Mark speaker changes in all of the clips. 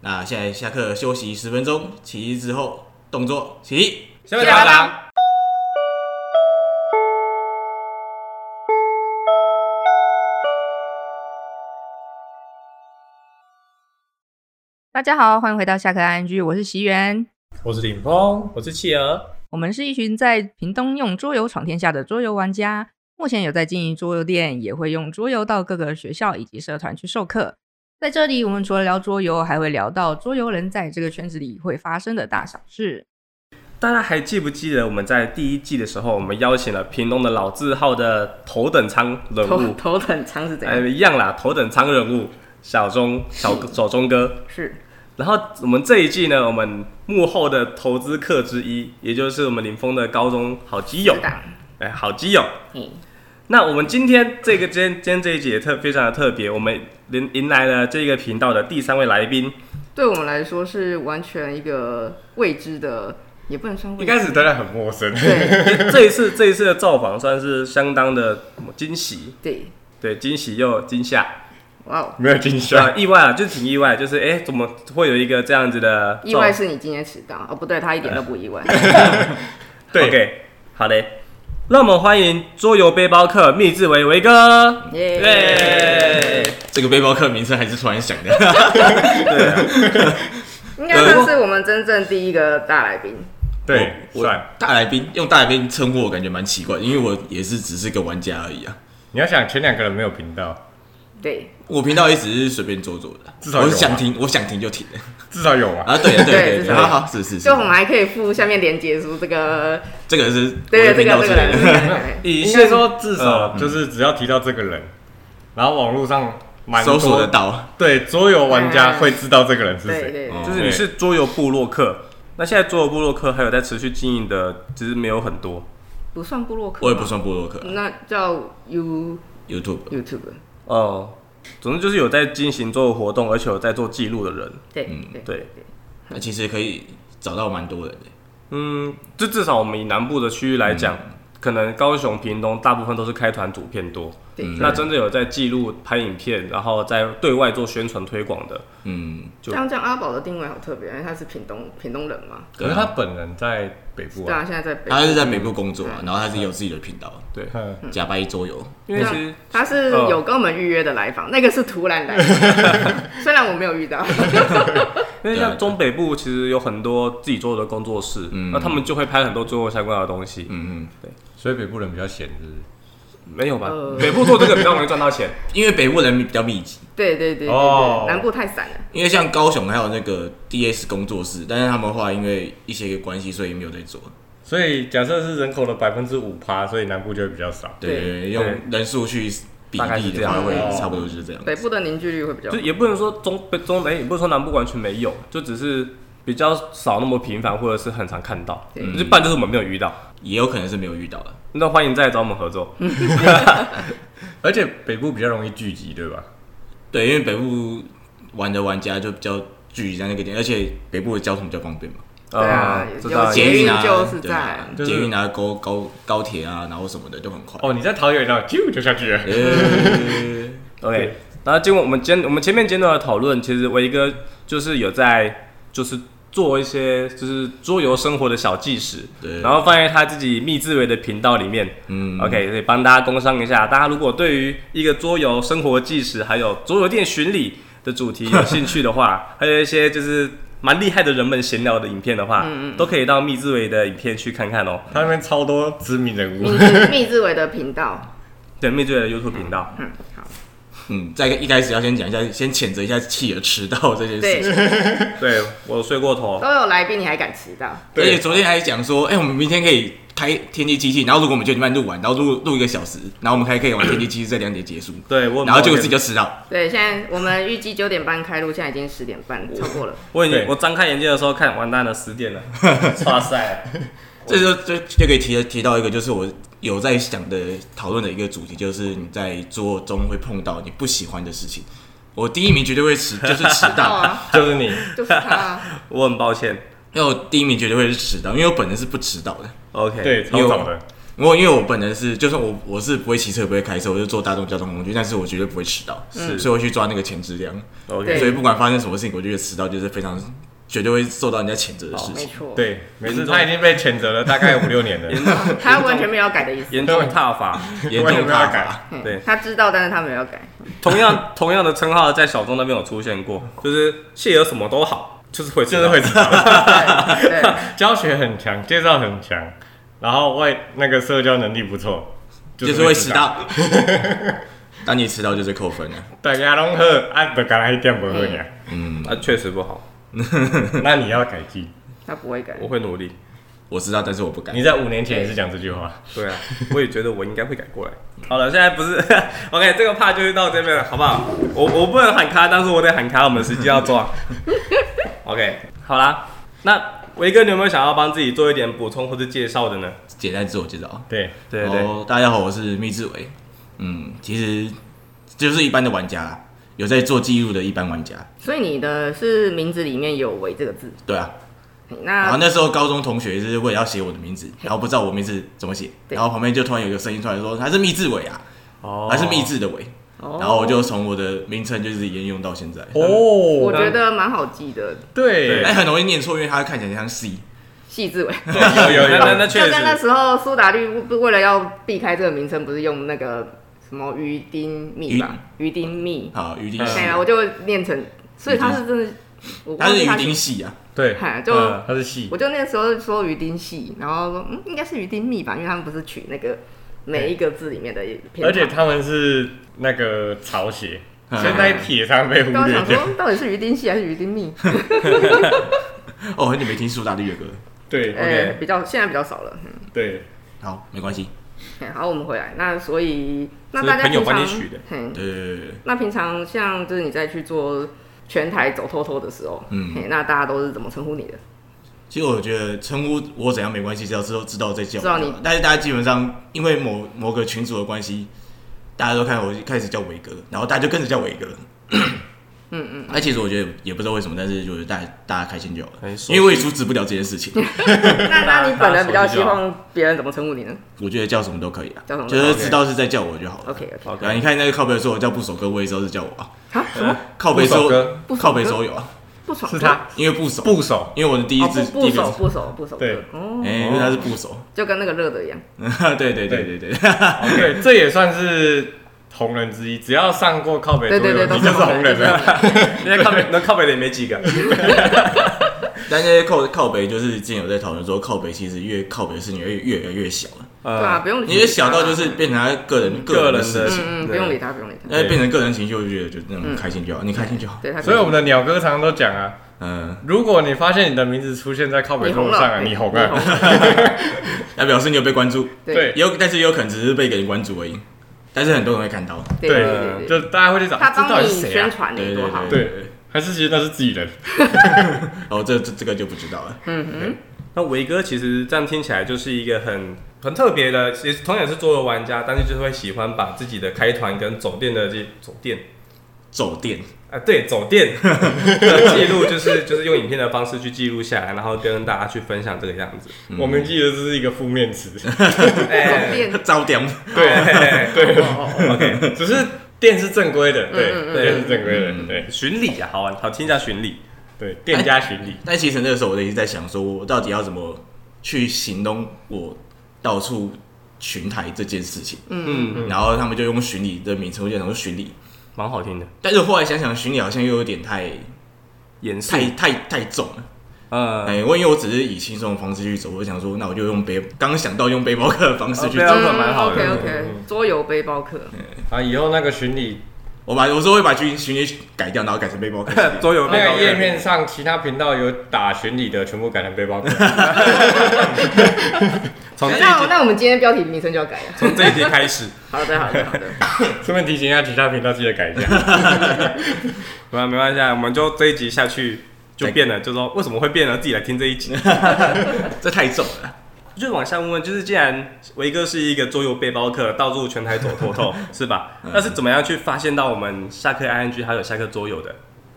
Speaker 1: 那现在下课休息十分钟，起立之后动作起立。
Speaker 2: 下
Speaker 3: 面打档。大家好，欢迎回到下课 ING，我是席源。
Speaker 2: 我是顶峰，我是企鹅。
Speaker 3: 我们是一群在屏东用桌游闯天下的桌游玩家，目前有在经营桌游店，也会用桌游到各个学校以及社团去授课。在这里，我们除了聊桌游，还会聊到桌游人在这个圈子里会发生的大小事。
Speaker 2: 大家还记不记得我们在第一季的时候，我们邀请了屏东的老字号的头等舱人
Speaker 3: 头
Speaker 2: 物，
Speaker 3: 头等舱是怎
Speaker 2: 哎，
Speaker 3: 样？
Speaker 2: 一样啦，头等舱人物小钟小小钟哥。
Speaker 3: 是
Speaker 2: 然后我们这一季呢，我们幕后的投资客之一，也就是我们林峰的高中好基友
Speaker 3: 是，的，
Speaker 2: 哎，好基友。
Speaker 3: 嘿
Speaker 2: 那我们今天这个今天今天这一集也特非常的特别，我们迎迎来了这个频道的第三位来宾，
Speaker 3: 对我们来说是完全一个未知的，也不能算未
Speaker 4: 一
Speaker 3: 知。
Speaker 4: 开始大家很陌生，
Speaker 3: 对
Speaker 2: 这一次这一次的造访算是相当的惊喜，
Speaker 3: 对，
Speaker 2: 对，惊喜又惊吓，
Speaker 3: 哇哦！
Speaker 4: 没有惊
Speaker 2: 对啊
Speaker 4: 吓，
Speaker 2: 意外啊，就是挺意外，就是哎、诶怎么会有一个这样子的
Speaker 3: 意外
Speaker 2: 造
Speaker 3: 是你今天迟到哦，不对，他一点都不意外。
Speaker 4: 对
Speaker 2: o k 好嘞，让我们欢迎桌游背包客密志维维哥，
Speaker 3: 耶
Speaker 2: 耶
Speaker 1: 这个背包客名称还是突然想的，
Speaker 3: 应该算是我们真正第一个大来宾。
Speaker 4: 对，
Speaker 1: 我
Speaker 4: 算。
Speaker 1: 大来宾用大来宾称呼我感觉蛮奇怪，因为我也是只是个玩家而已啊。
Speaker 4: 你要想前两个人没有频道，
Speaker 3: 对，
Speaker 1: 我频道也只是随便做做的，
Speaker 4: 至少有
Speaker 1: 我
Speaker 4: 啊
Speaker 1: 是想停，我想停就停了
Speaker 4: 至少有啊。
Speaker 1: 啊！对啊对啊对
Speaker 3: 对
Speaker 1: 啊对
Speaker 3: 至少
Speaker 1: 啊，
Speaker 3: 有
Speaker 1: 好好是是是
Speaker 3: 就，我们还可以附下面连接出这个，
Speaker 1: 这个是我
Speaker 3: 对
Speaker 1: 的
Speaker 3: 这
Speaker 1: 频
Speaker 3: 个
Speaker 1: 道
Speaker 3: 这
Speaker 1: 之
Speaker 3: 个
Speaker 1: 类
Speaker 3: 人，
Speaker 1: 的。
Speaker 3: 对
Speaker 2: 以
Speaker 4: 应
Speaker 2: 现
Speaker 4: 该嗯
Speaker 2: 说
Speaker 4: 说至少就是呃只要提到这个人，然后网络上蛮
Speaker 1: 搜
Speaker 4: 多
Speaker 1: 索得，到，
Speaker 4: 对，桌游玩家会知道这个人
Speaker 3: 嗯
Speaker 4: 是
Speaker 3: 对对
Speaker 4: 谁。
Speaker 3: 对，
Speaker 1: 哦
Speaker 2: 就是你是桌游部落客。那现在桌游部落客还有在持续经营的，其实没有很多。
Speaker 3: 不算部落客，
Speaker 1: 我也不，算部落客
Speaker 3: 那叫 You
Speaker 1: ，YouTube
Speaker 3: YouTube，
Speaker 2: 哦、总之就是有在进行做活动，而且有在做记录的人。
Speaker 3: 对对
Speaker 2: 对，
Speaker 1: 那其实可以找到蛮多人的。
Speaker 2: 嗯，就至少我们以南部的区域来讲，
Speaker 3: 嗯
Speaker 2: 可能高雄、屏东大部分都是开团组片多。
Speaker 3: 对
Speaker 1: 嗯
Speaker 2: 那真的有在记录、拍影片，然后在对外做宣传推广的，
Speaker 1: 嗯，
Speaker 2: 就
Speaker 3: 像这样阿宝的定位好特别，因为他是屏东屏东人嘛，
Speaker 4: 可
Speaker 1: 对
Speaker 4: 是他
Speaker 1: 啊，
Speaker 4: 本人在北部
Speaker 3: 对
Speaker 4: 啊，
Speaker 3: 啊，现在在北部，
Speaker 1: 他是在北部工
Speaker 3: 嗯
Speaker 1: 作啊，然后他是有自己的频道，
Speaker 2: 对，
Speaker 4: 嗯，
Speaker 1: 假掰桌游。
Speaker 2: 因为其实
Speaker 3: 他是
Speaker 2: 嗯
Speaker 3: 有跟我们预约的来访，那个是突然来的，虽然我没有遇到，
Speaker 2: 因为
Speaker 1: 对啊
Speaker 2: 像中北部其实有很多自己做的工作室，
Speaker 1: 嗯
Speaker 2: 那他们就会拍很多做相关的东西。
Speaker 1: 嗯嗯，
Speaker 4: 所以北部人比较闲，是不是？
Speaker 2: 没有吧
Speaker 3: 呃？
Speaker 2: 北部做这个比较容易赚到钱，
Speaker 1: 因为北部人比较密集，
Speaker 3: 对对对对
Speaker 4: 哦
Speaker 3: 对，南部太散了，
Speaker 1: 因为像高雄还有那个 DS 工作室，但是他们后来因为一些关系，所以没有在做。
Speaker 4: 所以假设是人口的百分之五趴，所以南部就会比较少。
Speaker 1: 对对对，用人数去比
Speaker 2: 大概是
Speaker 1: 例
Speaker 2: 这
Speaker 1: 的
Speaker 2: 样
Speaker 1: 话，会
Speaker 4: 哦
Speaker 1: 差不多就是这样。
Speaker 3: 北部的凝聚力会比较
Speaker 2: 就，也不能说中北中哎、也不是说南部完全没有，就只是比较少那么频繁，或者是很常看到，
Speaker 3: 对
Speaker 2: 就是半就是我们没有遇到。
Speaker 1: 也有可能是没有遇到的。
Speaker 2: 那欢迎再来找我们合作。
Speaker 3: 嗯
Speaker 4: 而且北部比较容易聚集，对吧？
Speaker 1: 对，因为北部玩的玩家就比较聚集在那个点，而且北部的交通比较方便嘛，
Speaker 3: 对啊
Speaker 2: 嗯
Speaker 3: 有
Speaker 2: 知道
Speaker 3: 有
Speaker 2: 了
Speaker 3: 捷
Speaker 1: 捷运啊，
Speaker 3: 运就是
Speaker 1: 对啊
Speaker 3: 在
Speaker 4: 就是
Speaker 1: 捷运啊、高高高铁啊，然后什么的都很快。
Speaker 4: 哦，你在桃园，然后 啾就下去了。
Speaker 1: 呃
Speaker 2: OK，然后经过我们简我们前面简短的讨论，其实维哥就是有在就是做一些就是桌游生活的小纪实，
Speaker 1: 对
Speaker 2: 然后放在他自己密自维的频道里面。
Speaker 1: 嗯
Speaker 2: OK，可以帮大家工商一下，大家如果对于一个桌游生活纪实，还有桌游店巡礼的主题有兴趣的 话，还有一些就是。蛮厉害的人们闲聊的影片的
Speaker 1: 嗯
Speaker 2: 话，都可以到密自维的影片去看看哦。
Speaker 4: 他那边超多知名人
Speaker 3: 密
Speaker 4: 物，
Speaker 3: 志密志伟的频道，
Speaker 2: 对，密自维的 YouTube 频道，
Speaker 3: 嗯，好，
Speaker 1: 嗯，在一开始要先讲一下，先谴责一下企鹅迟到这件
Speaker 3: 对
Speaker 1: 事。，
Speaker 2: 对我睡过头，
Speaker 5: 哦
Speaker 3: 都有来宾你还敢迟到？
Speaker 1: 而且昨天还讲说，哎、我们明天可以开天气机器，然后如果我们九点半录完，然后录录一个小时，然后我们还可以玩天气机器，在两点结束。
Speaker 2: 对哦我很抱歉，
Speaker 1: 然后结果自己就迟到，
Speaker 3: 对，现在我们预计九点半开录，现在已经十点半，超过了。
Speaker 2: 我已经
Speaker 4: 对
Speaker 2: 我张开眼睛的时候看，完蛋了，十点了，哇塞！
Speaker 1: 这就就就可以提提到一个，就是我有在想的讨论的一个主题，就是你在做中会碰到你不喜欢的事情。我第一名绝对会迟，就是迟
Speaker 3: 到
Speaker 1: 到，
Speaker 3: 啊，
Speaker 4: 就是你。
Speaker 3: 就是他啊，
Speaker 2: 我很抱歉。
Speaker 1: 因为我第一名绝对会是迟到，因为我本人是不迟到的。
Speaker 2: OK，
Speaker 4: 对，超早的，
Speaker 1: 我因为我本人是，就算我我是不会骑车，也不会开车，我就坐大众交通工具，但是我绝对不会迟到，
Speaker 2: 是
Speaker 1: 所以我会去抓那个前质量。
Speaker 2: OK，
Speaker 5: 对
Speaker 1: 所以不管发生什么事情，我觉得迟到就是非常绝对会受到人家谴责的事
Speaker 5: 没
Speaker 1: 情。
Speaker 5: 错，，
Speaker 4: 对，没事，他已经被谴责了大概五六年了，
Speaker 5: 他完全没有要改的意思。
Speaker 2: 严重踏法。
Speaker 1: 严
Speaker 4: 为什
Speaker 1: 重
Speaker 4: 么要
Speaker 1: 大
Speaker 4: 改
Speaker 1: 法，
Speaker 5: 嗯
Speaker 2: 对
Speaker 5: 他知道，但是他没有要改。
Speaker 2: 同样同样的称号在小众那边有出现过，就是谢尔什么都好，就是会
Speaker 4: 就是会迟到。
Speaker 5: 对对，
Speaker 4: 教学很强，介绍很强，然后外那个社交能力不错，
Speaker 1: 就是会迟。到。当你迟到 就是扣分了。
Speaker 4: 大家拢好，啊，就刚才一点不好呀。
Speaker 2: 啊，确实不好，
Speaker 4: 那你要改进。
Speaker 5: 他不会改。
Speaker 2: 我会努力。
Speaker 1: 我知道，但是我不敢
Speaker 4: 你。在五年前也是讲这句话，
Speaker 2: 对啊，我也觉得我应该会改过来。好了，现在不是 OK，这个怕就是到这边了，好不好？我我不能喊卡，但是我得喊卡，我们时机要抓。OK，好啦，那维哥，你有没有想要帮自己做一点补充或者介绍的呢？
Speaker 1: 简单自我介绍。
Speaker 4: 对，
Speaker 2: 对对对，
Speaker 1: 哦，大家好，我是密志伟。嗯，其实就是一般的玩家啦，有在做记录的一般玩家。
Speaker 5: 所以你的是名字里面有“维”这个字，
Speaker 1: 对啊，然后
Speaker 5: 那
Speaker 1: 那时候高中同学就是为了要写我的名 字，然后不知道我名字怎么写，
Speaker 5: 对
Speaker 1: 然后旁边就突然有一个声音出来说他是密志伟啊，
Speaker 2: 哦
Speaker 1: 还是密志的伟，
Speaker 5: 然
Speaker 1: 然后我就从我的名称就是沿用到现在。
Speaker 4: 哦，
Speaker 5: 我觉得蛮好记的，
Speaker 4: 对
Speaker 1: 哎但，很容易念错，因为它看起来像 C。
Speaker 5: 细字尾。
Speaker 4: 有有
Speaker 2: 那那
Speaker 4: 有，
Speaker 2: 那
Speaker 5: 就
Speaker 2: 确
Speaker 5: 跟那
Speaker 2: 实，
Speaker 5: 时候苏打绿不不为了要避开这个名称，不是用那个什么鱼丁蜜吧？鱼丁蜜，
Speaker 1: 好，鱼丁
Speaker 4: 嗯
Speaker 1: 系
Speaker 5: 对，啊，我就念成，所以他是真的，我
Speaker 1: 它
Speaker 5: 忘
Speaker 1: 是
Speaker 5: 记
Speaker 1: 鱼
Speaker 5: 他
Speaker 1: 丁系啊，
Speaker 4: 对，
Speaker 5: 嗨就
Speaker 4: 嗯它是戏
Speaker 5: 我，就那时候说鱼丁系，然后说嗯，应该是鱼丁蜜吧，因为他们不是取那个每一个字里面的偏旁，
Speaker 4: 而且他们是那个草写，
Speaker 1: 嗯
Speaker 4: 所以那一撇上被忽
Speaker 5: 刚刚
Speaker 4: 略
Speaker 5: 想
Speaker 4: 掉。
Speaker 5: 说到底是鱼丁系还是鱼丁蜜，
Speaker 1: 哦，很久没听苏打绿的歌了。
Speaker 4: 对
Speaker 5: 呃，
Speaker 4: ，OK，
Speaker 5: 比较现在比较少了。嗯
Speaker 4: 对，
Speaker 1: 好，没关系。
Speaker 5: 嗯好，我们回来。那所以那
Speaker 2: 是
Speaker 5: 大家
Speaker 2: 朋友
Speaker 5: 平
Speaker 2: 帮你
Speaker 5: 常
Speaker 2: 取的
Speaker 5: 嗯，
Speaker 1: 对对对对对
Speaker 5: 那平常像就是你在去做全台走透透的时候，
Speaker 1: 嗯
Speaker 5: 嘿，那大家都是怎么称呼你 的？
Speaker 1: 其实我觉得称呼我怎样没关系，只要知道知道在叫我
Speaker 5: 知道你
Speaker 1: 就好但是大家基本上因为某某个群组的关系，大家都看我开始叫伟哥，然后大家就跟着叫伟哥。嗯嗯，那其实我觉得也不知道为什么，但是就是大家大家开心就好了
Speaker 2: 哎，说
Speaker 1: 因为我也阻止不了这件事情。
Speaker 5: 那
Speaker 2: 大
Speaker 5: 那你
Speaker 2: 大
Speaker 5: 本人
Speaker 2: 手
Speaker 5: 比较
Speaker 2: 机
Speaker 5: 希
Speaker 2: 就好
Speaker 5: 望别人怎么称呼你呢
Speaker 1: 我觉得叫什么都可以啊
Speaker 5: 叫什么，都
Speaker 1: 就
Speaker 5: 可以
Speaker 1: 是知道是在叫我就好了。
Speaker 5: ？OK OK，
Speaker 1: 对啊，你看那个靠背说我叫不守哥，我也知道是叫我啊。
Speaker 5: 啊，什么
Speaker 1: 靠背
Speaker 4: 不守
Speaker 1: 说
Speaker 4: 哥
Speaker 5: 不守哥
Speaker 1: 靠背说有啊，
Speaker 5: 不爽？
Speaker 4: 是他
Speaker 1: 因为不守，
Speaker 4: 部首，
Speaker 1: 因为我的第一
Speaker 5: 哦，
Speaker 1: 次
Speaker 5: 不
Speaker 1: 第
Speaker 5: 不
Speaker 1: 一个
Speaker 5: 熟，不熟，不熟，
Speaker 4: 对
Speaker 5: 的哦，
Speaker 1: 哎，因为他是不守。
Speaker 5: 就跟那个热的一样，
Speaker 1: 对对对对对。
Speaker 4: 对，这也算是红人之一，只要上过靠北
Speaker 5: 对
Speaker 4: 桌
Speaker 5: 对
Speaker 4: 游，
Speaker 5: 对，
Speaker 4: 你
Speaker 5: 都
Speaker 4: 就是红人啊了。
Speaker 5: 了。
Speaker 2: 人家靠 北哎能靠北的也没几个。
Speaker 1: 但这些靠靠北就是之前有在讨论说，靠北其实越靠北的事情越越来越小了，
Speaker 2: 呃
Speaker 5: 对啊，不用理他。
Speaker 1: 因为小到就是变成他个人个
Speaker 2: 个
Speaker 1: 人
Speaker 2: 人
Speaker 1: 的
Speaker 2: 的
Speaker 1: 事
Speaker 2: 情
Speaker 1: 情，
Speaker 5: 嗯嗯，不
Speaker 2: 对
Speaker 5: 用理他，不用理他。
Speaker 1: 那变成个人情绪，我就觉得就
Speaker 5: 嗯
Speaker 1: 那种开心就好，你开心就好，
Speaker 5: 对他可 以，
Speaker 4: 所以我们的鸟哥常常都讲啊，
Speaker 1: 嗯，
Speaker 4: 如果你发现你的名字出现在靠北
Speaker 5: 你
Speaker 4: 桌
Speaker 5: 红
Speaker 4: 游上啊，
Speaker 5: 了，
Speaker 4: 你红
Speaker 5: 了
Speaker 4: 啊，，
Speaker 1: 那表示你有被关注，
Speaker 4: 对
Speaker 5: 对
Speaker 1: 也有但是也有可能只是被给人关注而已，但是很多人会看到，
Speaker 5: 对对对，
Speaker 4: 呃就大家会去找
Speaker 5: 他
Speaker 4: 这到
Speaker 5: 帮
Speaker 4: 底
Speaker 5: 你
Speaker 4: 是谁啊
Speaker 5: 宣？传
Speaker 1: 对
Speaker 5: 你
Speaker 1: 对
Speaker 5: 多好
Speaker 1: 对，
Speaker 4: 对，还是其实那是自己人，
Speaker 1: 哦，这这这个就不知道了，
Speaker 5: 嗯
Speaker 2: 那维哥其实这样听起来就是一个很很特别的，其实同样也是桌游玩家，但是就是会喜欢把自己的开团跟走店的这走店
Speaker 1: 走 店，
Speaker 2: 啊，对，走店 的记录，就是就是用影片的方式去记录下来，然后跟大家去分享这个样 子。
Speaker 4: 我们记得这是一个负面 词，
Speaker 5: 走
Speaker 2: 哎，
Speaker 5: 遍
Speaker 1: 招点，
Speaker 2: 对哎对，OK，
Speaker 4: 只是店是正规的，对，
Speaker 5: 嗯
Speaker 2: 嗯
Speaker 4: 店是正规的，
Speaker 1: 嗯
Speaker 4: 对
Speaker 2: 巡礼啊，好玩，好听一下巡礼。
Speaker 4: 对，店家巡礼，
Speaker 1: 但其实那个时候我就一直在想，说我到底要怎么去形容我到处巡台这件事情，
Speaker 2: 嗯，
Speaker 1: 然后他们就用巡礼的名称，我就想说巡礼。
Speaker 2: 蛮好听的，
Speaker 1: 但是我后来想想，巡礼好像又有点太
Speaker 2: 严肃，
Speaker 1: 太太太重了。
Speaker 2: 呃，
Speaker 1: 哎、我因为我只是以轻松的方式去走，我想说，那我就用背，刚想到用背包客的方式去
Speaker 2: 哦
Speaker 1: 走。
Speaker 2: 对啊蛮好的
Speaker 5: OK OK，桌嗯游背包客，
Speaker 4: 啊，以后那个巡礼
Speaker 1: 我把我说会把巡巡礼改掉，然后改成背包客。
Speaker 2: 呃 桌游
Speaker 4: 那个页
Speaker 2: 面
Speaker 4: 面上其他频道有打巡礼的，全部改成背 包客，
Speaker 2: 从这一
Speaker 5: 那
Speaker 2: 集
Speaker 5: 那我们今天标题名称就要改了。
Speaker 2: 从这一集开始，
Speaker 5: 好的，好的，好 的。
Speaker 4: 顺便提醒一下其他频道记得改一下。
Speaker 2: 没没关系，啊，我们就这一集下去就
Speaker 1: 再
Speaker 2: 变了，就说为什么会变了，自己来听这一集。
Speaker 1: 这太重了。
Speaker 2: 就是往下问问，就是既然维哥是一个桌游背包客，到处全台走透透，是吧？
Speaker 1: 嗯
Speaker 2: 那是怎么样去发现到我们下课 ING 还有下课桌游的？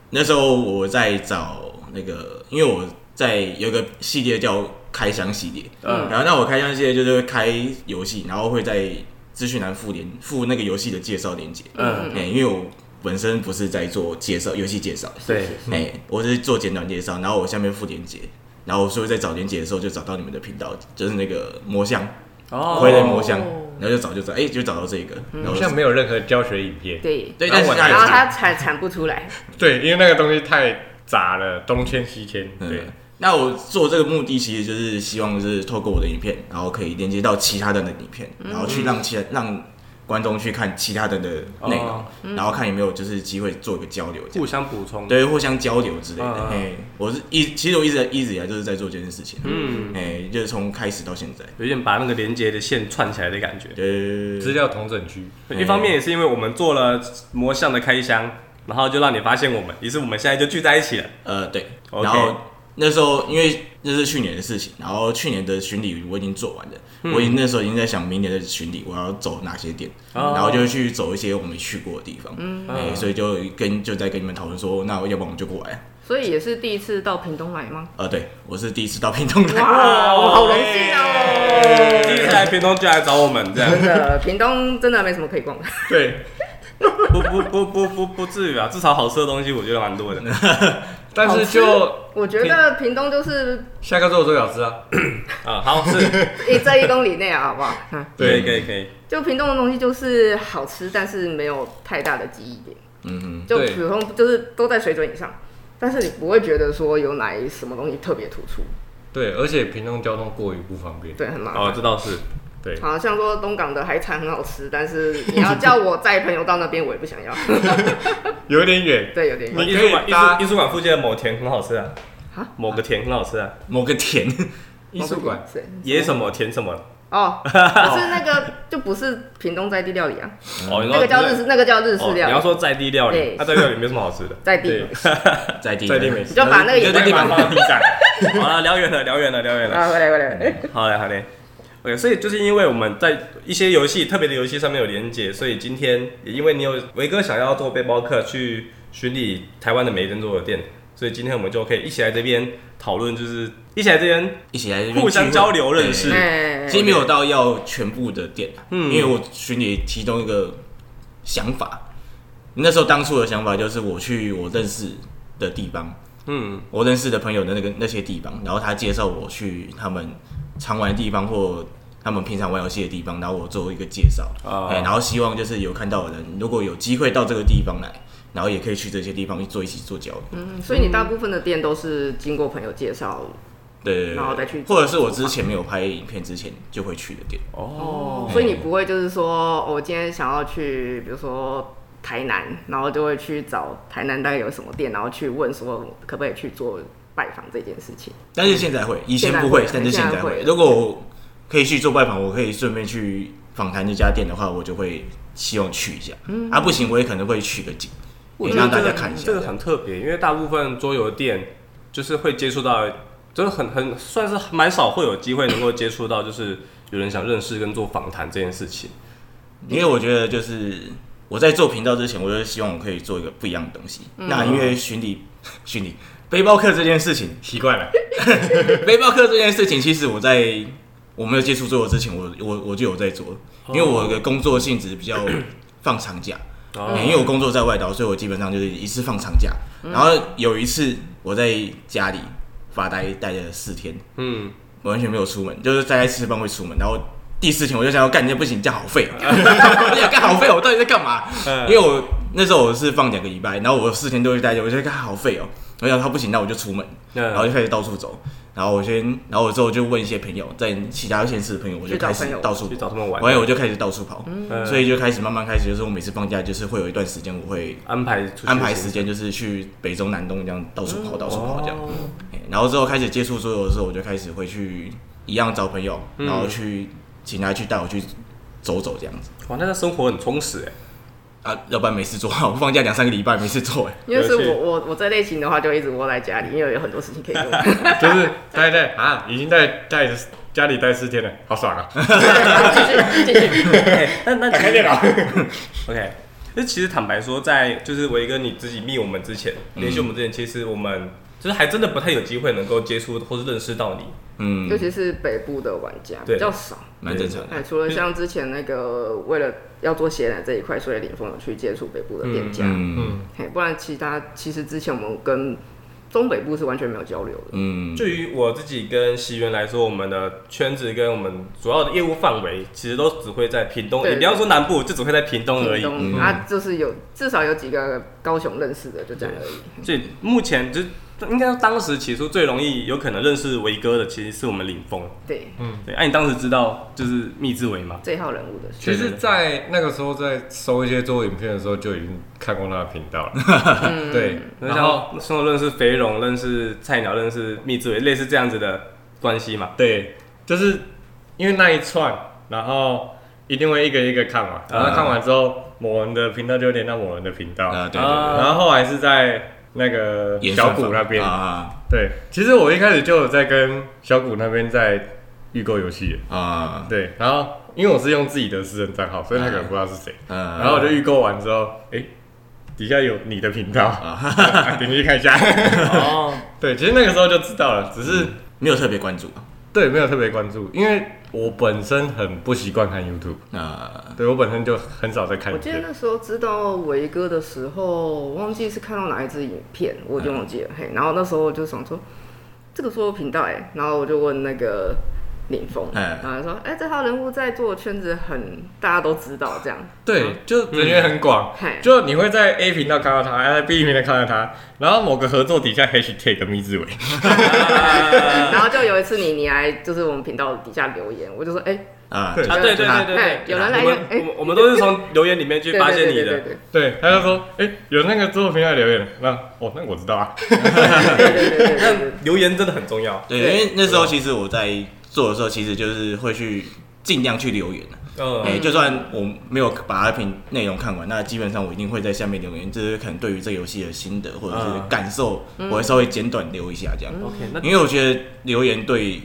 Speaker 1: 那时候我在找那个，因为我在有一个系列叫开箱系列，
Speaker 2: 嗯
Speaker 1: 然后那我开箱系列就是会开游戏，然后会在资讯栏附连附那个游戏的介绍链接，
Speaker 2: 嗯
Speaker 1: 哎、因为我本身不是在做介绍游戏介绍，
Speaker 2: 对，
Speaker 1: 哎、我只是做简短介绍，然后我下面附链接，然后所以在找链接的时候就找到你们的频道，就是那个魔像
Speaker 2: 哦
Speaker 1: 傀儡魔像，然后就找就找，哎、就找到这个，然后
Speaker 4: 好
Speaker 1: 就
Speaker 4: 像没有任何教学影片。
Speaker 5: 对，
Speaker 1: 对，
Speaker 4: 然
Speaker 1: 但
Speaker 4: 后
Speaker 1: 是
Speaker 4: 我
Speaker 1: 那
Speaker 5: 然
Speaker 2: 啊
Speaker 5: 后
Speaker 1: 有
Speaker 5: 他产产不出来，
Speaker 4: 对，因为那个东西太杂了，东牵西牵。对
Speaker 1: 嗯，。那我做这个目的其实就是希望就是透过我的影片，然后可以连接到其他人的影片，
Speaker 2: 嗯
Speaker 1: 然后去让其他让观众去看其他人的内容
Speaker 2: 哦，
Speaker 1: 然后看有没有就是机会做一个交流，这样
Speaker 2: 互相补充。，
Speaker 1: 对，互相交流之类
Speaker 2: 嗯
Speaker 1: 的
Speaker 2: 嗯。嗯
Speaker 1: 哎，我是一其实我一直一直以来就是在做这件事情，
Speaker 2: 嗯，
Speaker 1: 哎，就是从开始到现在，
Speaker 2: 有点把那个连接的线串起来的感觉。
Speaker 1: 呃，
Speaker 4: 资料同整区。
Speaker 2: 一方面也是因为我们做了魔像的开箱，然后就让你发现我们，于是我们现在就聚在一起了。
Speaker 1: 呃，对。
Speaker 2: OK
Speaker 1: 然后那时候因为那是去年的事情，然后去年的巡礼我已经做完了，
Speaker 2: 嗯
Speaker 1: 我已经那时候已经在想明年的巡礼我要走哪些店，
Speaker 2: 哦
Speaker 1: 然后就去走一些我没去过的地方，嗯，
Speaker 2: 嗯
Speaker 1: 所以就跟就在跟你们讨论说，那要不然我们就过来。
Speaker 5: 所以也是第一次到屏东来吗？
Speaker 1: 呃，对，我是第一次到屏东来，
Speaker 5: 哇，我好荣幸
Speaker 4: 哎
Speaker 5: 哦！
Speaker 2: 第一次来屏东就来找我们，这样
Speaker 5: 真的，屏东真的没什么可以逛的。
Speaker 4: 对，
Speaker 2: 不不不不不不至于啊，至少好吃的东西我觉得蛮多 的。
Speaker 4: 但是就
Speaker 5: 我觉得屏东就是
Speaker 4: 下课之后最好吃啊。
Speaker 2: 啊，好 是，
Speaker 5: 一这一公里内啊，好不好？嗯，
Speaker 2: 可以可以可以，
Speaker 5: 就屏东的东西就是好吃，但是没有太大的记忆点，
Speaker 1: 嗯
Speaker 5: 就
Speaker 4: 对
Speaker 5: 普通就是都在水准以上，但是你不会觉得说有哪一什么东西特别突出，
Speaker 4: 对，而且屏东交通过于不方便。
Speaker 5: 对，很麻
Speaker 2: 哦，
Speaker 5: 烦。
Speaker 2: 这倒是，
Speaker 4: 对，
Speaker 5: 好像说东港的海产很好吃，但是你要叫我载朋友到那边，我也不想要。
Speaker 4: 有点远。
Speaker 5: 对，有点
Speaker 2: 那
Speaker 5: 远。
Speaker 2: 艺术馆
Speaker 4: 可
Speaker 2: 艺
Speaker 4: 以搭
Speaker 2: 术艺术馆附近的某田很好吃啊
Speaker 5: 啊，
Speaker 2: 某个田很好吃啊，
Speaker 1: 哼，某个田，
Speaker 4: 艺术馆
Speaker 5: 是
Speaker 2: 野什么田什么，
Speaker 5: 哦，可是那个就不是屏东在地料理啊，
Speaker 4: 嗯
Speaker 2: 哦，你
Speaker 5: 那
Speaker 2: 说
Speaker 5: 个叫日式，那个叫日式
Speaker 2: 哦，你
Speaker 5: 料
Speaker 2: 要
Speaker 5: 理，
Speaker 2: 说在地料理，啊
Speaker 5: 对
Speaker 2: 那在地料理没什么好 吃的。
Speaker 5: 在地
Speaker 4: 对。
Speaker 1: 在地
Speaker 4: 在地美食
Speaker 5: 你就把那个
Speaker 2: 你就
Speaker 5: 眼
Speaker 2: 在
Speaker 5: 光
Speaker 2: 地板放到地上。好了，聊远了，聊远了，聊远了。
Speaker 5: 啊，回来回来回 来，
Speaker 2: 好嘞，好嘞。OK，所以就是因为我们在一些游戏特别的游戏上面有连接，所以今天也因为你有维哥想要做背包客去巡礼台湾的每一间桌游店，所以今天我们就可以一起来这边讨论，就是一起来这边
Speaker 1: 一起来这边
Speaker 2: 互相
Speaker 1: 聚会
Speaker 2: 交流认识
Speaker 1: 对
Speaker 5: 哎，
Speaker 1: 其实没有到要全部的店啊，
Speaker 2: 嗯
Speaker 1: 因为我群里提供一个想法，那时候当初的想法就是我去我认识的地方，
Speaker 2: 嗯
Speaker 1: 我认识的朋友的那个那些地方，然后他介绍我去他们常玩的地方或他们平常玩游戏的地方，然后我做一个介绍，哎、
Speaker 2: 啊
Speaker 1: 然后希望就是有看到的人，如果有机会到这个地方来，然后也可以去这些地方去做一起做交流，
Speaker 5: 嗯所以你大部分的店都是经过朋友介绍，
Speaker 1: 对对对，对
Speaker 5: 然后再去
Speaker 1: 或者是我之前没有拍影片之前就会去的店，
Speaker 2: 哦
Speaker 5: 所以你不会就是说，哦我今天想要去，比如说台南，然后就会去找台南大概有什么店，然后去问说可不可以去做拜访这件事情。
Speaker 1: 但是现在会，以前
Speaker 5: 现在
Speaker 1: 不会
Speaker 5: 会，
Speaker 1: 但是现
Speaker 5: 现
Speaker 1: 在
Speaker 5: 在会
Speaker 1: 会。如果我可以去做拜访，我可以顺便去访谈这家店的话，我就会希望去一下。啊，不行，我也可能会取个景，
Speaker 2: 嗯我
Speaker 1: 也
Speaker 2: 觉得
Speaker 1: 让大
Speaker 2: 这
Speaker 1: 家
Speaker 2: 个
Speaker 1: 看一下。
Speaker 2: 这个很特别，因为大部分桌游店就是会接触到，真的很很算是蛮少会有机会能够接触到，就是有人想认识跟做访谈这件事情。
Speaker 1: 因为我觉得就是我在做频道之前，我就希望我可以做一个不一样的东西。
Speaker 2: 嗯
Speaker 1: 那因为巡礼 巡礼背包客这件事情，
Speaker 4: 习惯了，
Speaker 1: 背包客这件事情，其实我在我没有接触做之前，我我我就有在做，因为我的工作性质比较放长假。
Speaker 2: 哦
Speaker 1: 因为我工作在外岛，所以我基本上就是一次放长假。然后有一次我在家里发呆待了四天，
Speaker 2: 嗯，
Speaker 1: 我完全没有出门，就是大概吃饭会出门，然后第四天我就想要干，这不行，这样好 废，这样干好废，我到底在干嘛？
Speaker 2: 嗯
Speaker 1: 因为我那时候我是放两个礼拜，然后我四天都会待着，我就觉得干好废哦、我想他不行，那我就出门，然后
Speaker 2: 那
Speaker 1: 就开始到处走。然后我先，然后我之后就问一些朋友，在其他县市的朋友，我就
Speaker 5: 去找
Speaker 1: 开始
Speaker 5: 朋友
Speaker 1: 到处
Speaker 2: 去找他们玩
Speaker 1: 玩，我就开始到处跑，
Speaker 2: 嗯
Speaker 1: 所以就开始慢慢开始，就是我每次放假，就是会有一段时间我会
Speaker 2: 安排出去
Speaker 1: 安排
Speaker 2: 行
Speaker 1: 时间，就是去北中南东这样到
Speaker 4: 嗯
Speaker 1: 处跑，到处
Speaker 2: 哦
Speaker 1: 跑这样。哎然后之后开始接触桌游的时候，我就开始会去一样找朋友，
Speaker 4: 嗯
Speaker 1: 然后去请他去带我去走走这样子。
Speaker 2: 哇，那他生活很充实哎。
Speaker 1: 啊，要不然没事做，我 放假两三个礼拜没事做，哎，
Speaker 5: 因为是
Speaker 2: 了解
Speaker 5: 我我我这类型的话，就一直窝在家里，因为有很多事情可以做。
Speaker 4: 就是待待啊，已经待待家里待四天了，好爽啊！
Speaker 5: 继续继续，
Speaker 2: 哎 那那
Speaker 4: 打开电脑，
Speaker 2: OK，那其实坦白说，在就是维哥你自己密我们之前，联系我们之前，其实我们就是还真的不太有机会能够接触或是认识到你。
Speaker 1: 嗯
Speaker 5: 尤，其是北部的玩家
Speaker 2: 对
Speaker 5: 比较少。
Speaker 1: 蛮正常的。
Speaker 5: 哎，除了像之前那个为了要做鞋奶这一块，所以林峰有去接触北部的店家，
Speaker 1: 嗯
Speaker 2: 嗯，
Speaker 5: 嘿，不然其他其实之前我们跟中北部是完全没有交流的。
Speaker 1: 嗯，
Speaker 2: 对于我自己跟西园来说，我们的圈子跟我们主要的业务范围，其实都只会在屏东，
Speaker 5: 对
Speaker 2: 也不要说南部，就只会在屏东而已。
Speaker 5: 东啊，就是有至少有几个高雄认识的，就这样而已。
Speaker 2: 所以目前就应该说当时起初最容易有可能认识维哥的，其实是我们领峰。
Speaker 5: 对，
Speaker 2: 对，哎、你当时知道就是密之维吗？
Speaker 5: 最号人物的是
Speaker 4: 其实，在那个时候，在搜一些做影片的时候，就已经看过他的频 道了。对，
Speaker 2: 那
Speaker 4: 然
Speaker 2: 像
Speaker 4: 后
Speaker 2: 那时候认识肥龙，认识菜鸟，认识密之维，类似这样子的关系嘛。
Speaker 4: 对，就是因为那一串，然后一定会一个一个看嘛。然后看完之后，某人的频道就连到某人的频道，
Speaker 1: 啊，对对
Speaker 2: 啊
Speaker 1: 对
Speaker 4: 然后后来是在那个
Speaker 1: 演算
Speaker 4: 小
Speaker 1: 法，
Speaker 4: 谷那边。
Speaker 1: 啊
Speaker 4: 对，其实我一开始就有在跟小谷那边在预购游戏。
Speaker 1: 啊，
Speaker 4: 对，然后因为我是用自己的私人账号，所以他可能不知道是谁。
Speaker 1: 嗯
Speaker 4: 然后我就预购完之后，哎、底下有你的频道，
Speaker 1: 啊
Speaker 4: 点进去看一下。
Speaker 2: 哦，
Speaker 4: 对，其实那个时候就知道了，只是、
Speaker 1: 没有特别关注啊
Speaker 4: 对没有特别关注，因为我本身很不习惯看 YouTube，
Speaker 1: 啊，
Speaker 4: 对我本身就很少在看
Speaker 5: 我
Speaker 4: 影
Speaker 5: 记得
Speaker 4: 片。
Speaker 5: 那时候知道维哥的时候，我忘记是看到哪一支影片，我已经忘
Speaker 2: 嗯
Speaker 5: 记了。嘿，然后那时候我就想说，这个做频道哎、然后我就问那个林峰，
Speaker 2: 嗯
Speaker 1: 哎
Speaker 5: 然后他说，哎、这号人物在做圈子很大家都知道 这样，
Speaker 4: 对，就人缘很广，
Speaker 5: 嘿
Speaker 4: 就你会在 A 频道看到他，哎在 B 频道看到他，然后某个合作底下 hashtag 米志伟，
Speaker 2: 嗯
Speaker 5: 然后就有一次你你来就是我们频道底下留言，我就说，哎、
Speaker 1: 啊，
Speaker 4: 对
Speaker 2: 啊，对对对对
Speaker 5: 哎
Speaker 2: 对，
Speaker 5: 有人来
Speaker 2: 我们
Speaker 5: 哎
Speaker 2: 我们我们都是从留言里面去
Speaker 5: 对
Speaker 2: 发
Speaker 5: 对
Speaker 2: 现
Speaker 5: 对
Speaker 2: 你
Speaker 5: 对对
Speaker 2: 的。
Speaker 5: 对
Speaker 4: 对，他就说，哎、有那个做频道留言了，那哦，那我知道啊，
Speaker 5: 对对对 对对对。
Speaker 2: 留言真的很重要。
Speaker 1: 对，因为那时候其实我在做的时候，其实就是会去尽量去留言的。
Speaker 2: 嗯，
Speaker 1: 哎、就算我没有把它评内容看完，那基本上我一定会在下面留言，就是可能对于这个游戏的心得或者是感受，
Speaker 2: 嗯
Speaker 1: 我会稍微简短留一下这样。
Speaker 2: OK，那
Speaker 1: 因为我觉得留言对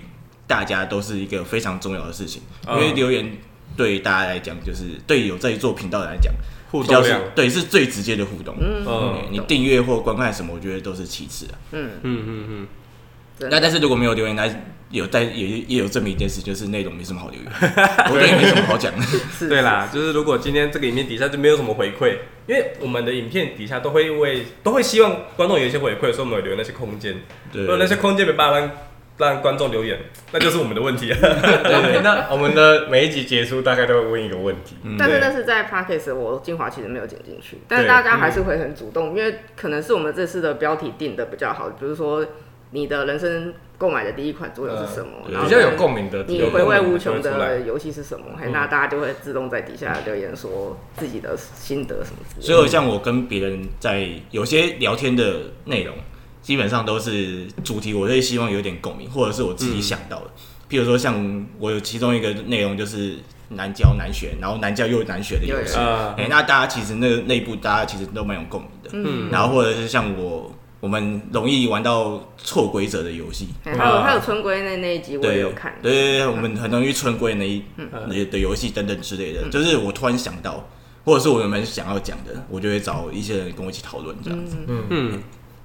Speaker 1: 大家都是一个非常重要的事情，因
Speaker 2: 嗯
Speaker 1: 为留言对大家来讲，就是对有在做频道的来讲，
Speaker 2: 互
Speaker 1: 比较
Speaker 2: 动
Speaker 1: 是
Speaker 2: 量，
Speaker 1: 对是最直接的互动。对
Speaker 2: 嗯
Speaker 1: 你订阅或观看什么，我觉得都是其次啊。
Speaker 2: 嗯嗯嗯，
Speaker 5: 真的
Speaker 1: 那但是如果没有留言，那有在也也有证明一件事，就是内容没什么好 留言，我对也没什么好讲的。
Speaker 5: 是
Speaker 2: 对啦，就是如果今天这个影片底下就没有什么回馈，因为我们的影片底下都会为都会希望观众有一些回馈，所以我们有留那些空间。
Speaker 1: 对
Speaker 2: 如果那些空间没办法让让观众留言，那就是我们的问题啊。
Speaker 4: 对，那我们的每一集结束大概都会问一个问题，
Speaker 1: 嗯
Speaker 5: 但是
Speaker 2: 对
Speaker 5: 那是在 podcast，我精华其实没有剪进去，但是
Speaker 4: 对
Speaker 5: 大家还是会很主
Speaker 1: 嗯
Speaker 5: 动，因为可能是我们这次的标题定的比较好，比如说你的人生购买的第一款桌游是什么，
Speaker 1: 嗯
Speaker 5: 然后
Speaker 4: 比较有共鸣的，
Speaker 5: 你
Speaker 4: 有
Speaker 5: 回
Speaker 4: 共
Speaker 5: 味
Speaker 4: 鸣
Speaker 5: 无
Speaker 4: 的
Speaker 5: 穷
Speaker 4: 就会出来
Speaker 5: 的游戏是什么，
Speaker 1: 嗯
Speaker 5: 嘿，那大家就会自动在底下留言说自己的心得什么之类的。
Speaker 1: 所以像我跟别人在有些聊天的内容，基本上都是主题，我会希望有点共鸣，或者是我
Speaker 2: 嗯
Speaker 1: 自己想到的。譬如说，像我有其中一个内容就是难教难学，然后难教又难学的游戏。
Speaker 5: 有
Speaker 2: 啊
Speaker 1: 哎、那大家其实那个内部大家其实都蛮有共鸣的。嗯，然后或者是像我，我们容易玩到错规则的游戏。
Speaker 5: 嘿还有
Speaker 2: 啊
Speaker 5: 还有春归那那一集我也有看，
Speaker 1: 对对对，我们很容易春归那一、那的游戏等等之类的，就是我突然想到，或者是我们想要讲的，我就会找一些人跟我一起讨论这样子。
Speaker 2: 嗯，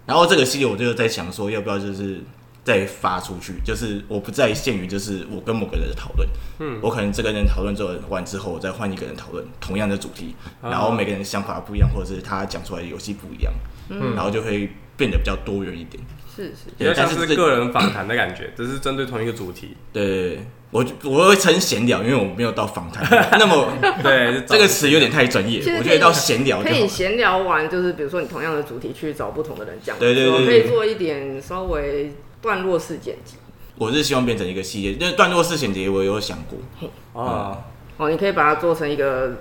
Speaker 1: 然后这个系列我就在想说，要不要就是再发出去，就是我不再限于就是我跟某个人的讨论，嗯，我可能这个人讨论之后完之后，我再换一个人讨论同样的主题，
Speaker 2: 啊
Speaker 1: 然后每个人想法不一样，或者是他讲出来的游戏不一样，嗯，然后就会变得比较多元一点。
Speaker 5: 是是，
Speaker 2: 比较
Speaker 1: 对，但
Speaker 2: 像
Speaker 1: 是这
Speaker 2: 是个人访谈的 感觉，只是针对同一个 主题。
Speaker 1: 对对对，我我会称闲聊，因为我没有到访 谈那么。
Speaker 2: 对，就找
Speaker 1: 这个词有点太专业
Speaker 5: 其
Speaker 1: 我
Speaker 5: 实，可
Speaker 1: 觉
Speaker 5: 以
Speaker 1: 得到闲聊就
Speaker 5: 可
Speaker 1: 好
Speaker 5: 以
Speaker 1: 了。
Speaker 5: 闲聊完，就是比如说你同样的主题去找不同的人讲，
Speaker 1: 对对对
Speaker 5: 我可
Speaker 1: 对
Speaker 5: 以做一点稍微段落式剪辑。
Speaker 1: 我是希望变成一个系列，因为段落式剪辑我有想过，嗯
Speaker 2: 啊，
Speaker 5: 哦，你可以把它做成一个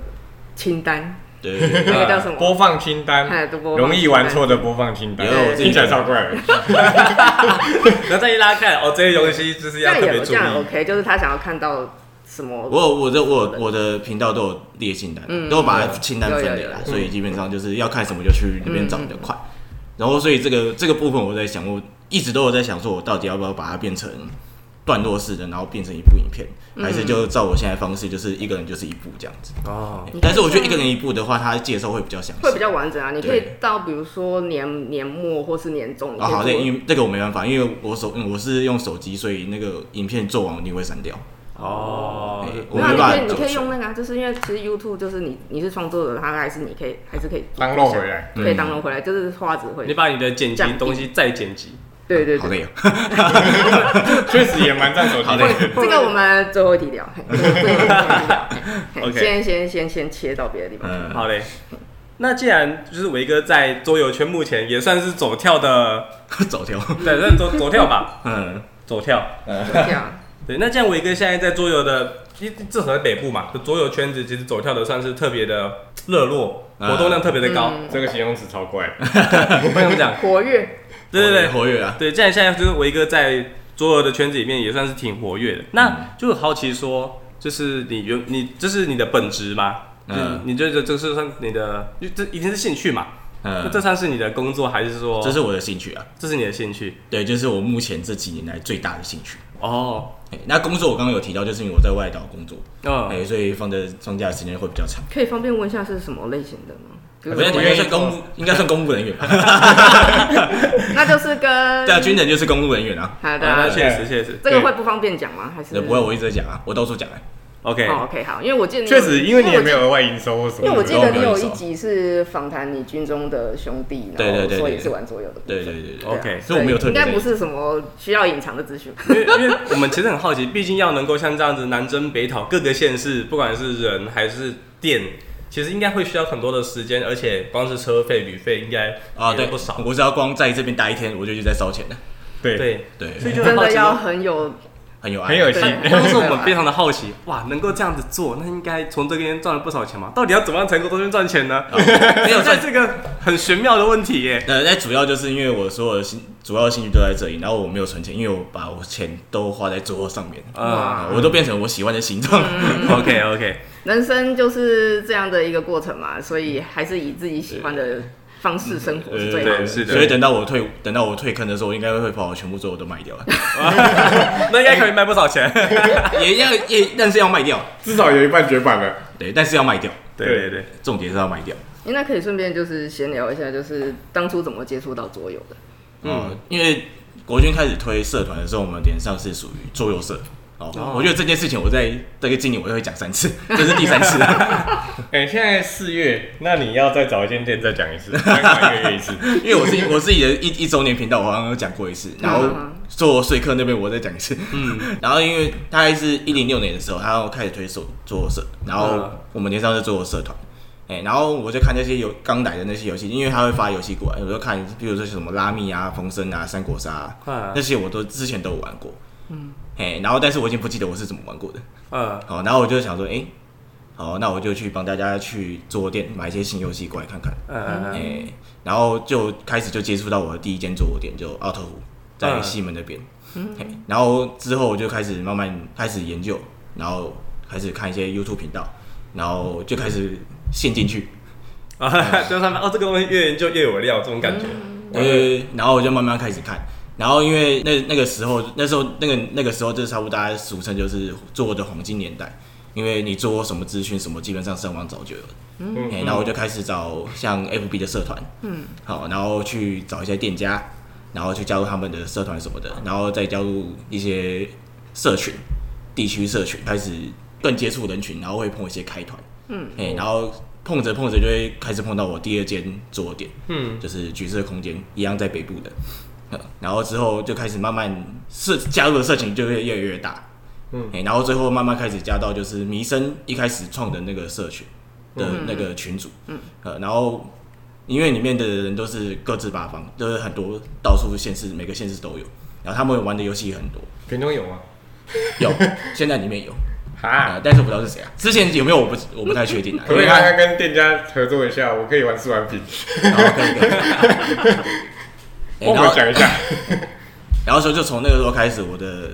Speaker 5: 清单，
Speaker 1: 对对 对，
Speaker 5: 那个叫什
Speaker 4: 播
Speaker 5: 么？
Speaker 4: 放清单
Speaker 5: 哎对嗯播，放
Speaker 4: 容易玩错的播放清单
Speaker 1: 有我，自己
Speaker 4: 听起来超怪 的。
Speaker 2: 然后再一拉开，哦，这些东西就是
Speaker 5: 这
Speaker 1: 啊
Speaker 2: 要
Speaker 5: 样
Speaker 2: 特别
Speaker 5: 也
Speaker 2: 注
Speaker 5: 这样
Speaker 2: 意。
Speaker 5: 也 OK，就是他想要看到什么？
Speaker 1: 我有我的我有我的频道都有列清单，都有把清单分类
Speaker 5: 嗯有有嗯
Speaker 1: 了，
Speaker 5: 有
Speaker 1: 所以基本上就是要看什么就去那边找比较快。然后所以这个这个部分我在想，我一直都有在想，说我到底要不要把它变成段落式的，然后变成一部影片，还
Speaker 5: 嗯
Speaker 1: 是就照我现在方式，就是一个人就是一部这样子。
Speaker 2: 哦，
Speaker 5: 你可以
Speaker 1: 但是我觉得一
Speaker 5: 像
Speaker 1: 个人一部的话，他介绍会比较详细
Speaker 5: 会。比较完整啊。你可以
Speaker 1: 对
Speaker 5: 到比如说年年末或是年终，你
Speaker 1: 啊，好，
Speaker 5: 可
Speaker 1: 对，
Speaker 5: 以
Speaker 1: 因
Speaker 5: 做
Speaker 1: 为这个我没办法，因为我手、嗯我是用手机，所以那个影片做完我一定会删掉。
Speaker 2: 哦
Speaker 1: 哎，
Speaker 5: 没有啊，
Speaker 1: 我没
Speaker 5: 你
Speaker 1: 办法
Speaker 5: 可以你
Speaker 1: 做
Speaker 5: 可以
Speaker 1: 出
Speaker 5: 用那个啊，就是因为其实 YouTube 就是你你是创作者，它还是你可以还是可以做
Speaker 4: download 回来
Speaker 5: 对，
Speaker 1: 嗯
Speaker 5: 当龙回来就是画质会
Speaker 2: 你，把你的剪辑
Speaker 5: 降低
Speaker 2: 东西再剪辑，
Speaker 5: 对对
Speaker 1: 好
Speaker 5: 对，
Speaker 1: 累哦。
Speaker 4: 确实也蛮占手机
Speaker 1: 好啊
Speaker 4: 的
Speaker 1: 的。
Speaker 5: 这个我们最后一题聊，嘿这个最后一题聊嘿嘿
Speaker 2: OK
Speaker 5: 先先先先切到别的地 方去。
Speaker 1: 嗯，
Speaker 2: 好嘞。那既然就是维哥在桌游圈目前也算是走跳的，
Speaker 1: 走跳。
Speaker 2: 对，算走走跳 吧，
Speaker 1: 嗯，
Speaker 2: 走跳。
Speaker 5: 这样，
Speaker 2: 对，那这样维哥现在在桌游的，因为至少在北部嘛，就桌游圈子其实走跳的算是特别的热络，活动量特别的高。
Speaker 5: 嗯
Speaker 4: 这个形容词超怪，
Speaker 2: 我跟你们讲，
Speaker 5: 活跃，
Speaker 2: 对对对，
Speaker 1: 活跃啊。
Speaker 2: 对，这样现在就是维哥在桌游的圈子里面也算是挺活跃的。
Speaker 1: 嗯
Speaker 2: 那就好奇说，就是你原你这是你的本职吗？嗯
Speaker 1: 嗯，
Speaker 2: 你觉得这是算你的，就这一定是兴趣嘛？那
Speaker 1: 嗯
Speaker 2: 这，算是你的工作，还是说
Speaker 1: 这是我的兴趣啊。
Speaker 2: 这是你的兴趣？
Speaker 1: 对，就是我目前这几年来最大的兴趣。
Speaker 2: 哦，
Speaker 1: 哎那工作我刚刚有提到，就是因为我在外岛工作，哎、
Speaker 2: 嗯，
Speaker 1: 所以放的放假的时间会比较长。
Speaker 5: 可以方便问一下是什么类型的吗？比
Speaker 1: 我
Speaker 5: 如
Speaker 1: 在
Speaker 5: 说
Speaker 1: 应该算公务， 应该算公务人员吧？
Speaker 5: 那就是跟
Speaker 1: 对啊，军人就是公务人员啊。
Speaker 5: 好的
Speaker 2: 那
Speaker 5: 啊，
Speaker 2: 确实确实
Speaker 5: 这个会不方便讲吗？还是
Speaker 1: 呃，不会，我一直在讲啊，我到处讲啊。
Speaker 2: ，OK，
Speaker 5: 哦，OK，好，因嗯为我记得你
Speaker 4: 确实，因为你也没
Speaker 5: 有。
Speaker 4: 有额外营收或什么。
Speaker 5: 因为我记
Speaker 1: 有
Speaker 5: 得
Speaker 1: 没
Speaker 5: 你
Speaker 1: 有
Speaker 5: 有
Speaker 1: 一
Speaker 5: 一
Speaker 1: 手
Speaker 5: 集是访谈你军中的兄弟，
Speaker 1: 对
Speaker 5: 然
Speaker 1: 对
Speaker 5: 后
Speaker 1: 对
Speaker 5: 说
Speaker 1: 对
Speaker 5: 也是玩桌游的部分。
Speaker 1: 对对对对。
Speaker 5: 对啊
Speaker 2: OK，
Speaker 1: 所以我没有特别
Speaker 5: 应该
Speaker 1: 在
Speaker 5: 不
Speaker 1: 意
Speaker 5: 是什么需要隐藏的资讯。
Speaker 2: 因为因为我们其实很好奇，毕竟要能够像这样子南征北讨各个县市，不管是人还是店，其实应该会需要很多的时间，而且光是车费、旅费应该
Speaker 1: 啊，
Speaker 2: 也
Speaker 1: 对，
Speaker 2: 不少。
Speaker 1: 我只要光在这边待一天，我就就在烧钱了。
Speaker 4: 对，
Speaker 2: 对，
Speaker 1: 对，
Speaker 2: 所以就
Speaker 5: 真
Speaker 2: 很好
Speaker 5: 的
Speaker 2: 奇
Speaker 5: 要
Speaker 2: 说。
Speaker 5: 很有
Speaker 1: 很有爱，
Speaker 4: 很有
Speaker 5: 对
Speaker 4: 戏。
Speaker 2: 当时我们非常的好奇，哇，能够这样子做，那应该从这边赚了不少钱嘛？到底要怎么样才能够从这边赚钱呢？
Speaker 1: 哦 没有
Speaker 2: 这
Speaker 1: 赚。
Speaker 2: 是个很玄妙的问 题耶。
Speaker 1: 呃，那主要就是因为我所有的兴主要的兴趣都在这里，然后我没有存钱，因为我把我钱都花在桌上面，
Speaker 2: 嗯
Speaker 5: 哇
Speaker 1: 啊，我都变成我喜欢的形状。 哦
Speaker 2: ，OK OK，
Speaker 5: 人生就是这样的一个过程嘛，所以还是以自己喜欢的方式生
Speaker 1: 嗯
Speaker 5: 活是最好
Speaker 2: 对
Speaker 5: 的。
Speaker 2: 是的
Speaker 1: 所以等到我退等到我退坑的时候，我应该会把我全部桌游都 卖掉了，
Speaker 2: 那应该可以卖不少钱。
Speaker 1: 也要也但是要卖掉，
Speaker 4: 至少有一半绝版了。
Speaker 1: 对，但是要卖掉，
Speaker 2: 对 对对，
Speaker 1: 重点是要卖掉。
Speaker 5: 诶那可以顺便就是闲聊一下，就是当初怎么接触到桌游的？
Speaker 1: 嗯，因为国军开始推社团的时候，我们脸上是属于桌游社。哦，我觉得这件事情我在这个今年我又会讲三次，这是第三次了，
Speaker 4: 哎，现在四月，那你要再找一间店再讲一次，再搞一个月一次。
Speaker 1: 因为我自己我自己的一一周年频道我好像有讲过一次，然后做说客那边我再讲一次，嗯， 然后因为大概是一零六年的时候，他要开始推手桌游社，然后
Speaker 2: 嗯
Speaker 1: 我们年上是桌游社团。哎、然后我就看那些游刚来的那些游戏，因为他会发游戏过来，我就看，比如说什么拉密啊、风声啊、三国杀、啊，
Speaker 2: 嗯
Speaker 1: 那些我都之前都有玩过，嗯，哎，然后但是我已经不记得我是怎么玩过的，
Speaker 2: 嗯，
Speaker 1: 好，然后我就想说，哎、好，那我就去帮大家去桌店买一些新游戏过来看看，
Speaker 2: 嗯
Speaker 1: 哎、然后就开始就接触到我的第一间桌店，就奥特湖，在
Speaker 2: 嗯
Speaker 1: 西门那边、嘿然后之后我就开始慢慢开始研究，然后开始看一些 YouTube 频道，然后就开始陷进去，
Speaker 2: 啊，就是他们哦，这个东西越研究越有料，这种感觉。
Speaker 1: 呃，然后我就慢慢开始看，然后因为那那个时候，那时候那个那个时候，就是差不多大家俗称就是做的黄金年代，因为你做什么资讯什么，基本上上网早就有了。
Speaker 4: 嗯
Speaker 1: 哎，然后我就开始找像 FB 的社团，嗯，好，然后去找一些店家，然后去加入他们的社团什么的，然后再加入一些社群、地区社群，开始更接触人群，然后会碰一些开团，嗯，哎，然后碰着碰着就会开始碰到我第二间桌点，
Speaker 2: 嗯，
Speaker 1: 就是橘色空间，一样在北部的，呃然后之后就开始慢慢社加入的社群就会越来越大，嗯、然后最后慢慢开始加到就是迷生一开始创的那个社群的那个群组，嗯，呃，然后因为里面的人都是各自八方，就是很多到处县市，每个县市都有，然后他们玩的游戏也很多，
Speaker 4: 屏东有吗？
Speaker 1: 有，现在里面有，
Speaker 4: 哈，
Speaker 1: 呃，但是我不知道是谁啊，之前有没有我不我不太确定啊，
Speaker 4: 可不可以让他跟店家合作一下？我可以玩试玩品，
Speaker 1: 然后跟跟，
Speaker 4: 帮
Speaker 1: 哎
Speaker 4: 我讲一下。
Speaker 1: 然后说就从那个时候开始，我的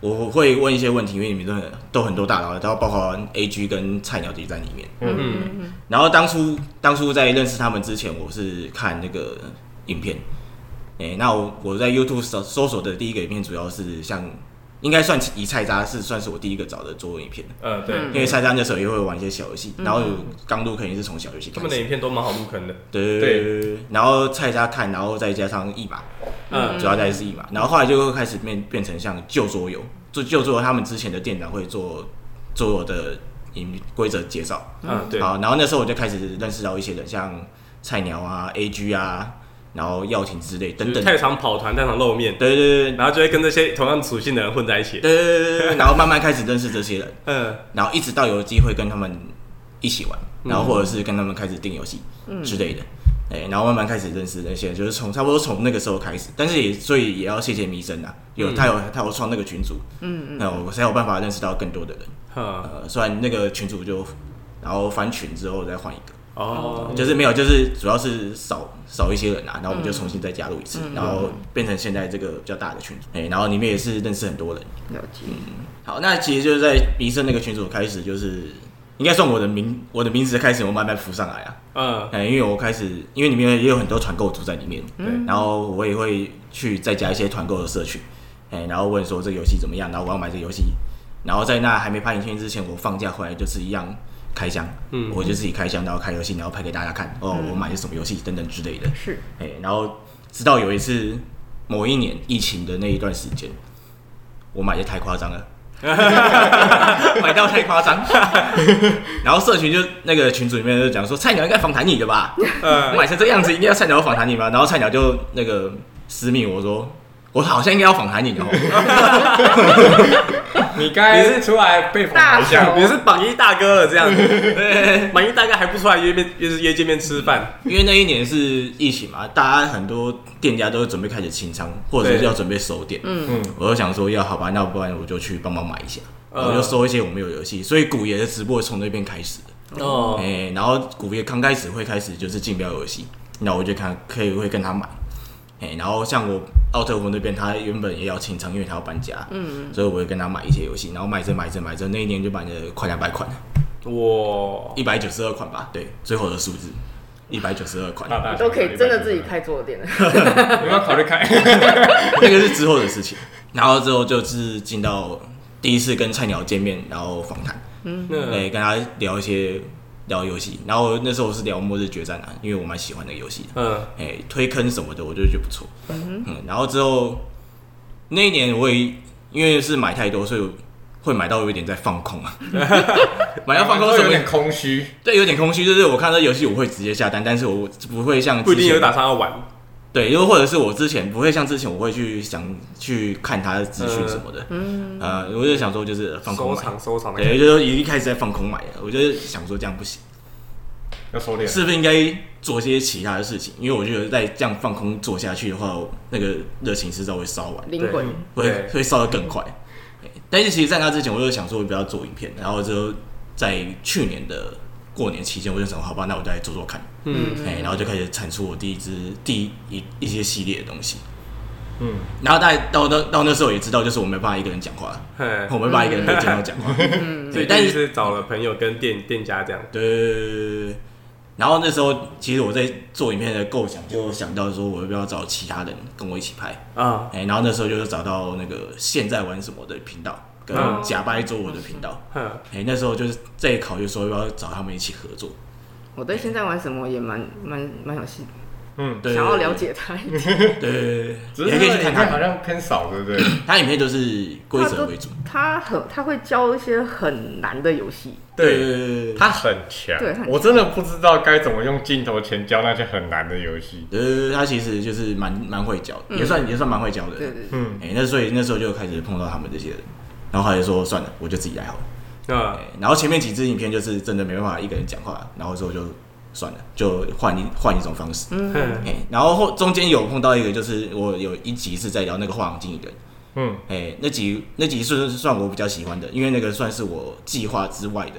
Speaker 1: 我会问一些问题，因为里面都很都很多大佬，然后包括 A G 跟菜鸟也在里面。
Speaker 2: 嗯，
Speaker 1: 然后当初当初在认识他们之前，我是看那个影片，哎、那我我在 YouTube 搜搜索的第一个影片主要是像应该算以菜渣是算是我第一个找的桌游影片的，
Speaker 2: 呃，对，
Speaker 1: 因为菜渣那时候也会玩一些小游戏，然后刚入坑也是从小游戏
Speaker 2: 嗯他
Speaker 1: 开
Speaker 2: 们的
Speaker 1: 始，
Speaker 2: 影片都蛮好入坑的。
Speaker 1: 对对对对，然后菜渣看，然后再加上一把，
Speaker 2: 嗯，
Speaker 1: 主要在是一嘛，然后后来就会开始变变成像旧桌游，就旧桌游他们之前的店长会做桌游的引规则介绍，
Speaker 2: 嗯，对，
Speaker 1: 好，然后那时候我就开始认识到一些人，像菜鸟啊、A G 啊，然后药亭之类等
Speaker 2: 就是
Speaker 1: 等，
Speaker 2: 太
Speaker 1: 对
Speaker 2: 常跑团，太常露面，
Speaker 1: 对对对
Speaker 2: 然后就会跟这些同样属性的人混在一起。
Speaker 1: 对对对，然后慢慢开始认识这些人，
Speaker 2: 嗯，
Speaker 1: 然后一直到有机会跟他们一起玩，然后或者是跟他们开始订游戏之类的。哎，然后慢慢开始认识那些，就是从差不多从那个时候开始，但是也所以也要谢谢迷生啊，有他有他有创那个群组，嗯嗯，那我才有办法认识到更多的人。
Speaker 2: 嗯，
Speaker 1: 呃，虽然那个群组就然后翻群之后再换一个，
Speaker 2: 哦，
Speaker 1: 就是没有，就是主要是少少一些人啊，然后我们就重新再加入一次，然后变成现在这个比较大的群组，哎、然后里面也是认识很多人。
Speaker 5: 了解，
Speaker 1: 好，那其实就是在迷生那个群组开始，就是应该算我的名我的名字开始我慢慢浮上来啊，
Speaker 2: 嗯，
Speaker 1: 哎、因为我开始因为里面也有很多团购组在里面，
Speaker 2: 对，
Speaker 1: 然后我也会去再加一些团购的社群，哎、然后问说这个游戏怎么样，然后我要买这个游戏，然后在那还没拍影片之前，我放假回来就是一样开箱，
Speaker 2: 嗯
Speaker 1: 我就自己开箱，然后开游戏，然后拍给大家看，哦，我买的什么游戏等等之类的，
Speaker 5: 是
Speaker 1: 哎、然后直到有一次某一年疫情的那一段时间，我买的太夸张了。 买到太夸张， 然后社群就那个群组里面就讲说菜鸟应该访谈你的吧，我
Speaker 2: 嗯，
Speaker 1: 买成这样子，应该要菜鸟访谈你吗？然后菜鸟就那个私密我说，我好像应该要访谈你哦。
Speaker 4: 你该出来被访谈一
Speaker 5: 大
Speaker 4: 下
Speaker 5: 手，
Speaker 2: 你是榜一大哥了这样子， 榜一大哥还不出来约面，约约见面吃饭，
Speaker 1: 因为那一年是疫情嘛，大家很多店家都准备开始清仓，或者是要准备收店。
Speaker 5: 嗯
Speaker 4: 嗯
Speaker 1: 我就想说，要好吧，那不然我就去帮忙买一下，
Speaker 2: 呃
Speaker 1: 我就收一些我们有游戏。所以古爷的直播从那边开始的，哎、
Speaker 2: 哦，
Speaker 1: 然后古爷刚开始会开始就是竞标游戏，那我就看可以会跟他买。哎、然后像我奥特湖那边，他原本也要清仓，因为他要搬家。
Speaker 5: 嗯，
Speaker 1: 所以我会跟他买一些游戏，然后买着买着买着，那一年就买了快两百款，
Speaker 2: 我
Speaker 1: 一百九十二款吧，对，最后的数字一百九十二款，
Speaker 4: 大啊大
Speaker 5: 你都可以真的自己，开桌游店了，
Speaker 4: 有没有考虑开？
Speaker 1: 那个是之后的事情。 然后之后就是进到第一次跟菜鸟见面，然后访谈，
Speaker 2: 那
Speaker 1: 对，跟他聊一些聊游戏，然后那时候是聊《末日决战》啊，因为我蛮喜欢那个游戏的，
Speaker 2: 嗯
Speaker 1: 哎、推坑什么的，我就觉得不错。嗯然后之后那一年我也因为是买太多，所以我会买到有一点在放空啊， 买到放空
Speaker 4: 会
Speaker 1: 什
Speaker 4: 有
Speaker 1: 么
Speaker 4: 点空虚，
Speaker 1: 对，有点空虚，就是我看到游戏我会直接下单，但是我不会像
Speaker 2: 不一
Speaker 1: 之
Speaker 2: 定
Speaker 1: 前
Speaker 2: 有打算要玩，
Speaker 1: 对，又或者是我之前不会像之前我会去想去看他的资讯什么的，嗯，呃，我就想说就是放空
Speaker 2: 收
Speaker 1: 买，
Speaker 2: 藏收藏的感
Speaker 1: 对，
Speaker 2: 觉，
Speaker 1: 就是一开始在放空买的，我就想说这样不行，
Speaker 4: 要收敛。
Speaker 1: 是不是应该做些其他的事情？因为我觉得再这样放空做下去的话，那个热情迟早会烧完，
Speaker 5: 灵魂
Speaker 1: 会
Speaker 2: 对
Speaker 1: 会烧得更快。对但是其实，在那之前，我就想说，我不要做影片，然后就在去年的过年期间，我就想，好吧，那我就来做做看。
Speaker 2: 嗯
Speaker 1: 哎、然后就开始产出我第一支第一一些系列的东西。
Speaker 4: 嗯，
Speaker 1: 然后大家到那到那时候也知道，就是我没办法一个人讲话，
Speaker 2: 嘿
Speaker 1: 我没办法一个人跟电脑 讲话。
Speaker 2: 哎所以
Speaker 1: 但
Speaker 2: 但
Speaker 1: 是
Speaker 2: 是找了朋友跟店店家这样，
Speaker 1: 对对对对对。然后那时候其实我在做影片的构想，就想到说我要不要找其他人跟我一起拍。
Speaker 2: 啊，
Speaker 1: 哎、然后那时候就是找到那个现在玩什么的频道，跟
Speaker 2: 嗯
Speaker 1: 假掰做我的频道。
Speaker 2: 哼，
Speaker 1: 哎、那时候就是在考虑说要不要找他们一起合作。
Speaker 5: 我对现在玩什么也蛮蛮蛮有兴，
Speaker 4: 嗯，
Speaker 1: 对，
Speaker 5: 想要了
Speaker 1: 解。
Speaker 5: 解他 一点。
Speaker 1: 对对
Speaker 4: 只
Speaker 1: 对，
Speaker 4: 是
Speaker 1: 也可以去看
Speaker 4: 看
Speaker 1: 他
Speaker 4: 看，好。像偏少，对不对？
Speaker 1: 他影片就是规
Speaker 5: 他
Speaker 1: 则
Speaker 5: 都
Speaker 1: 为主。
Speaker 5: 他很他会教一些很难的游戏，
Speaker 1: 对对对对，
Speaker 4: 他很强
Speaker 5: 对他很，强
Speaker 4: 我真的不知道该怎么用镜头前教那些很难的游戏。
Speaker 1: 呃，他其实就是蛮蛮会教的，也算也算蛮会教的。
Speaker 5: 嗯对对对，
Speaker 4: 嗯，
Speaker 1: 哎、那所以那时候就开始碰到他们这些人，然后他就说算了，我就自己来好了。
Speaker 2: 啊
Speaker 1: 哎，然后前面几支影片就是真的没办法一个人讲话，然后之后就算了，就换一换一种方式。
Speaker 2: 嗯
Speaker 1: 哎、然后后中间有碰到一个，就是我有一集是在聊那个画廊经理人，
Speaker 4: 嗯，
Speaker 1: 哎、那集那集是算我比较喜欢的，因为那个算是我计划之外的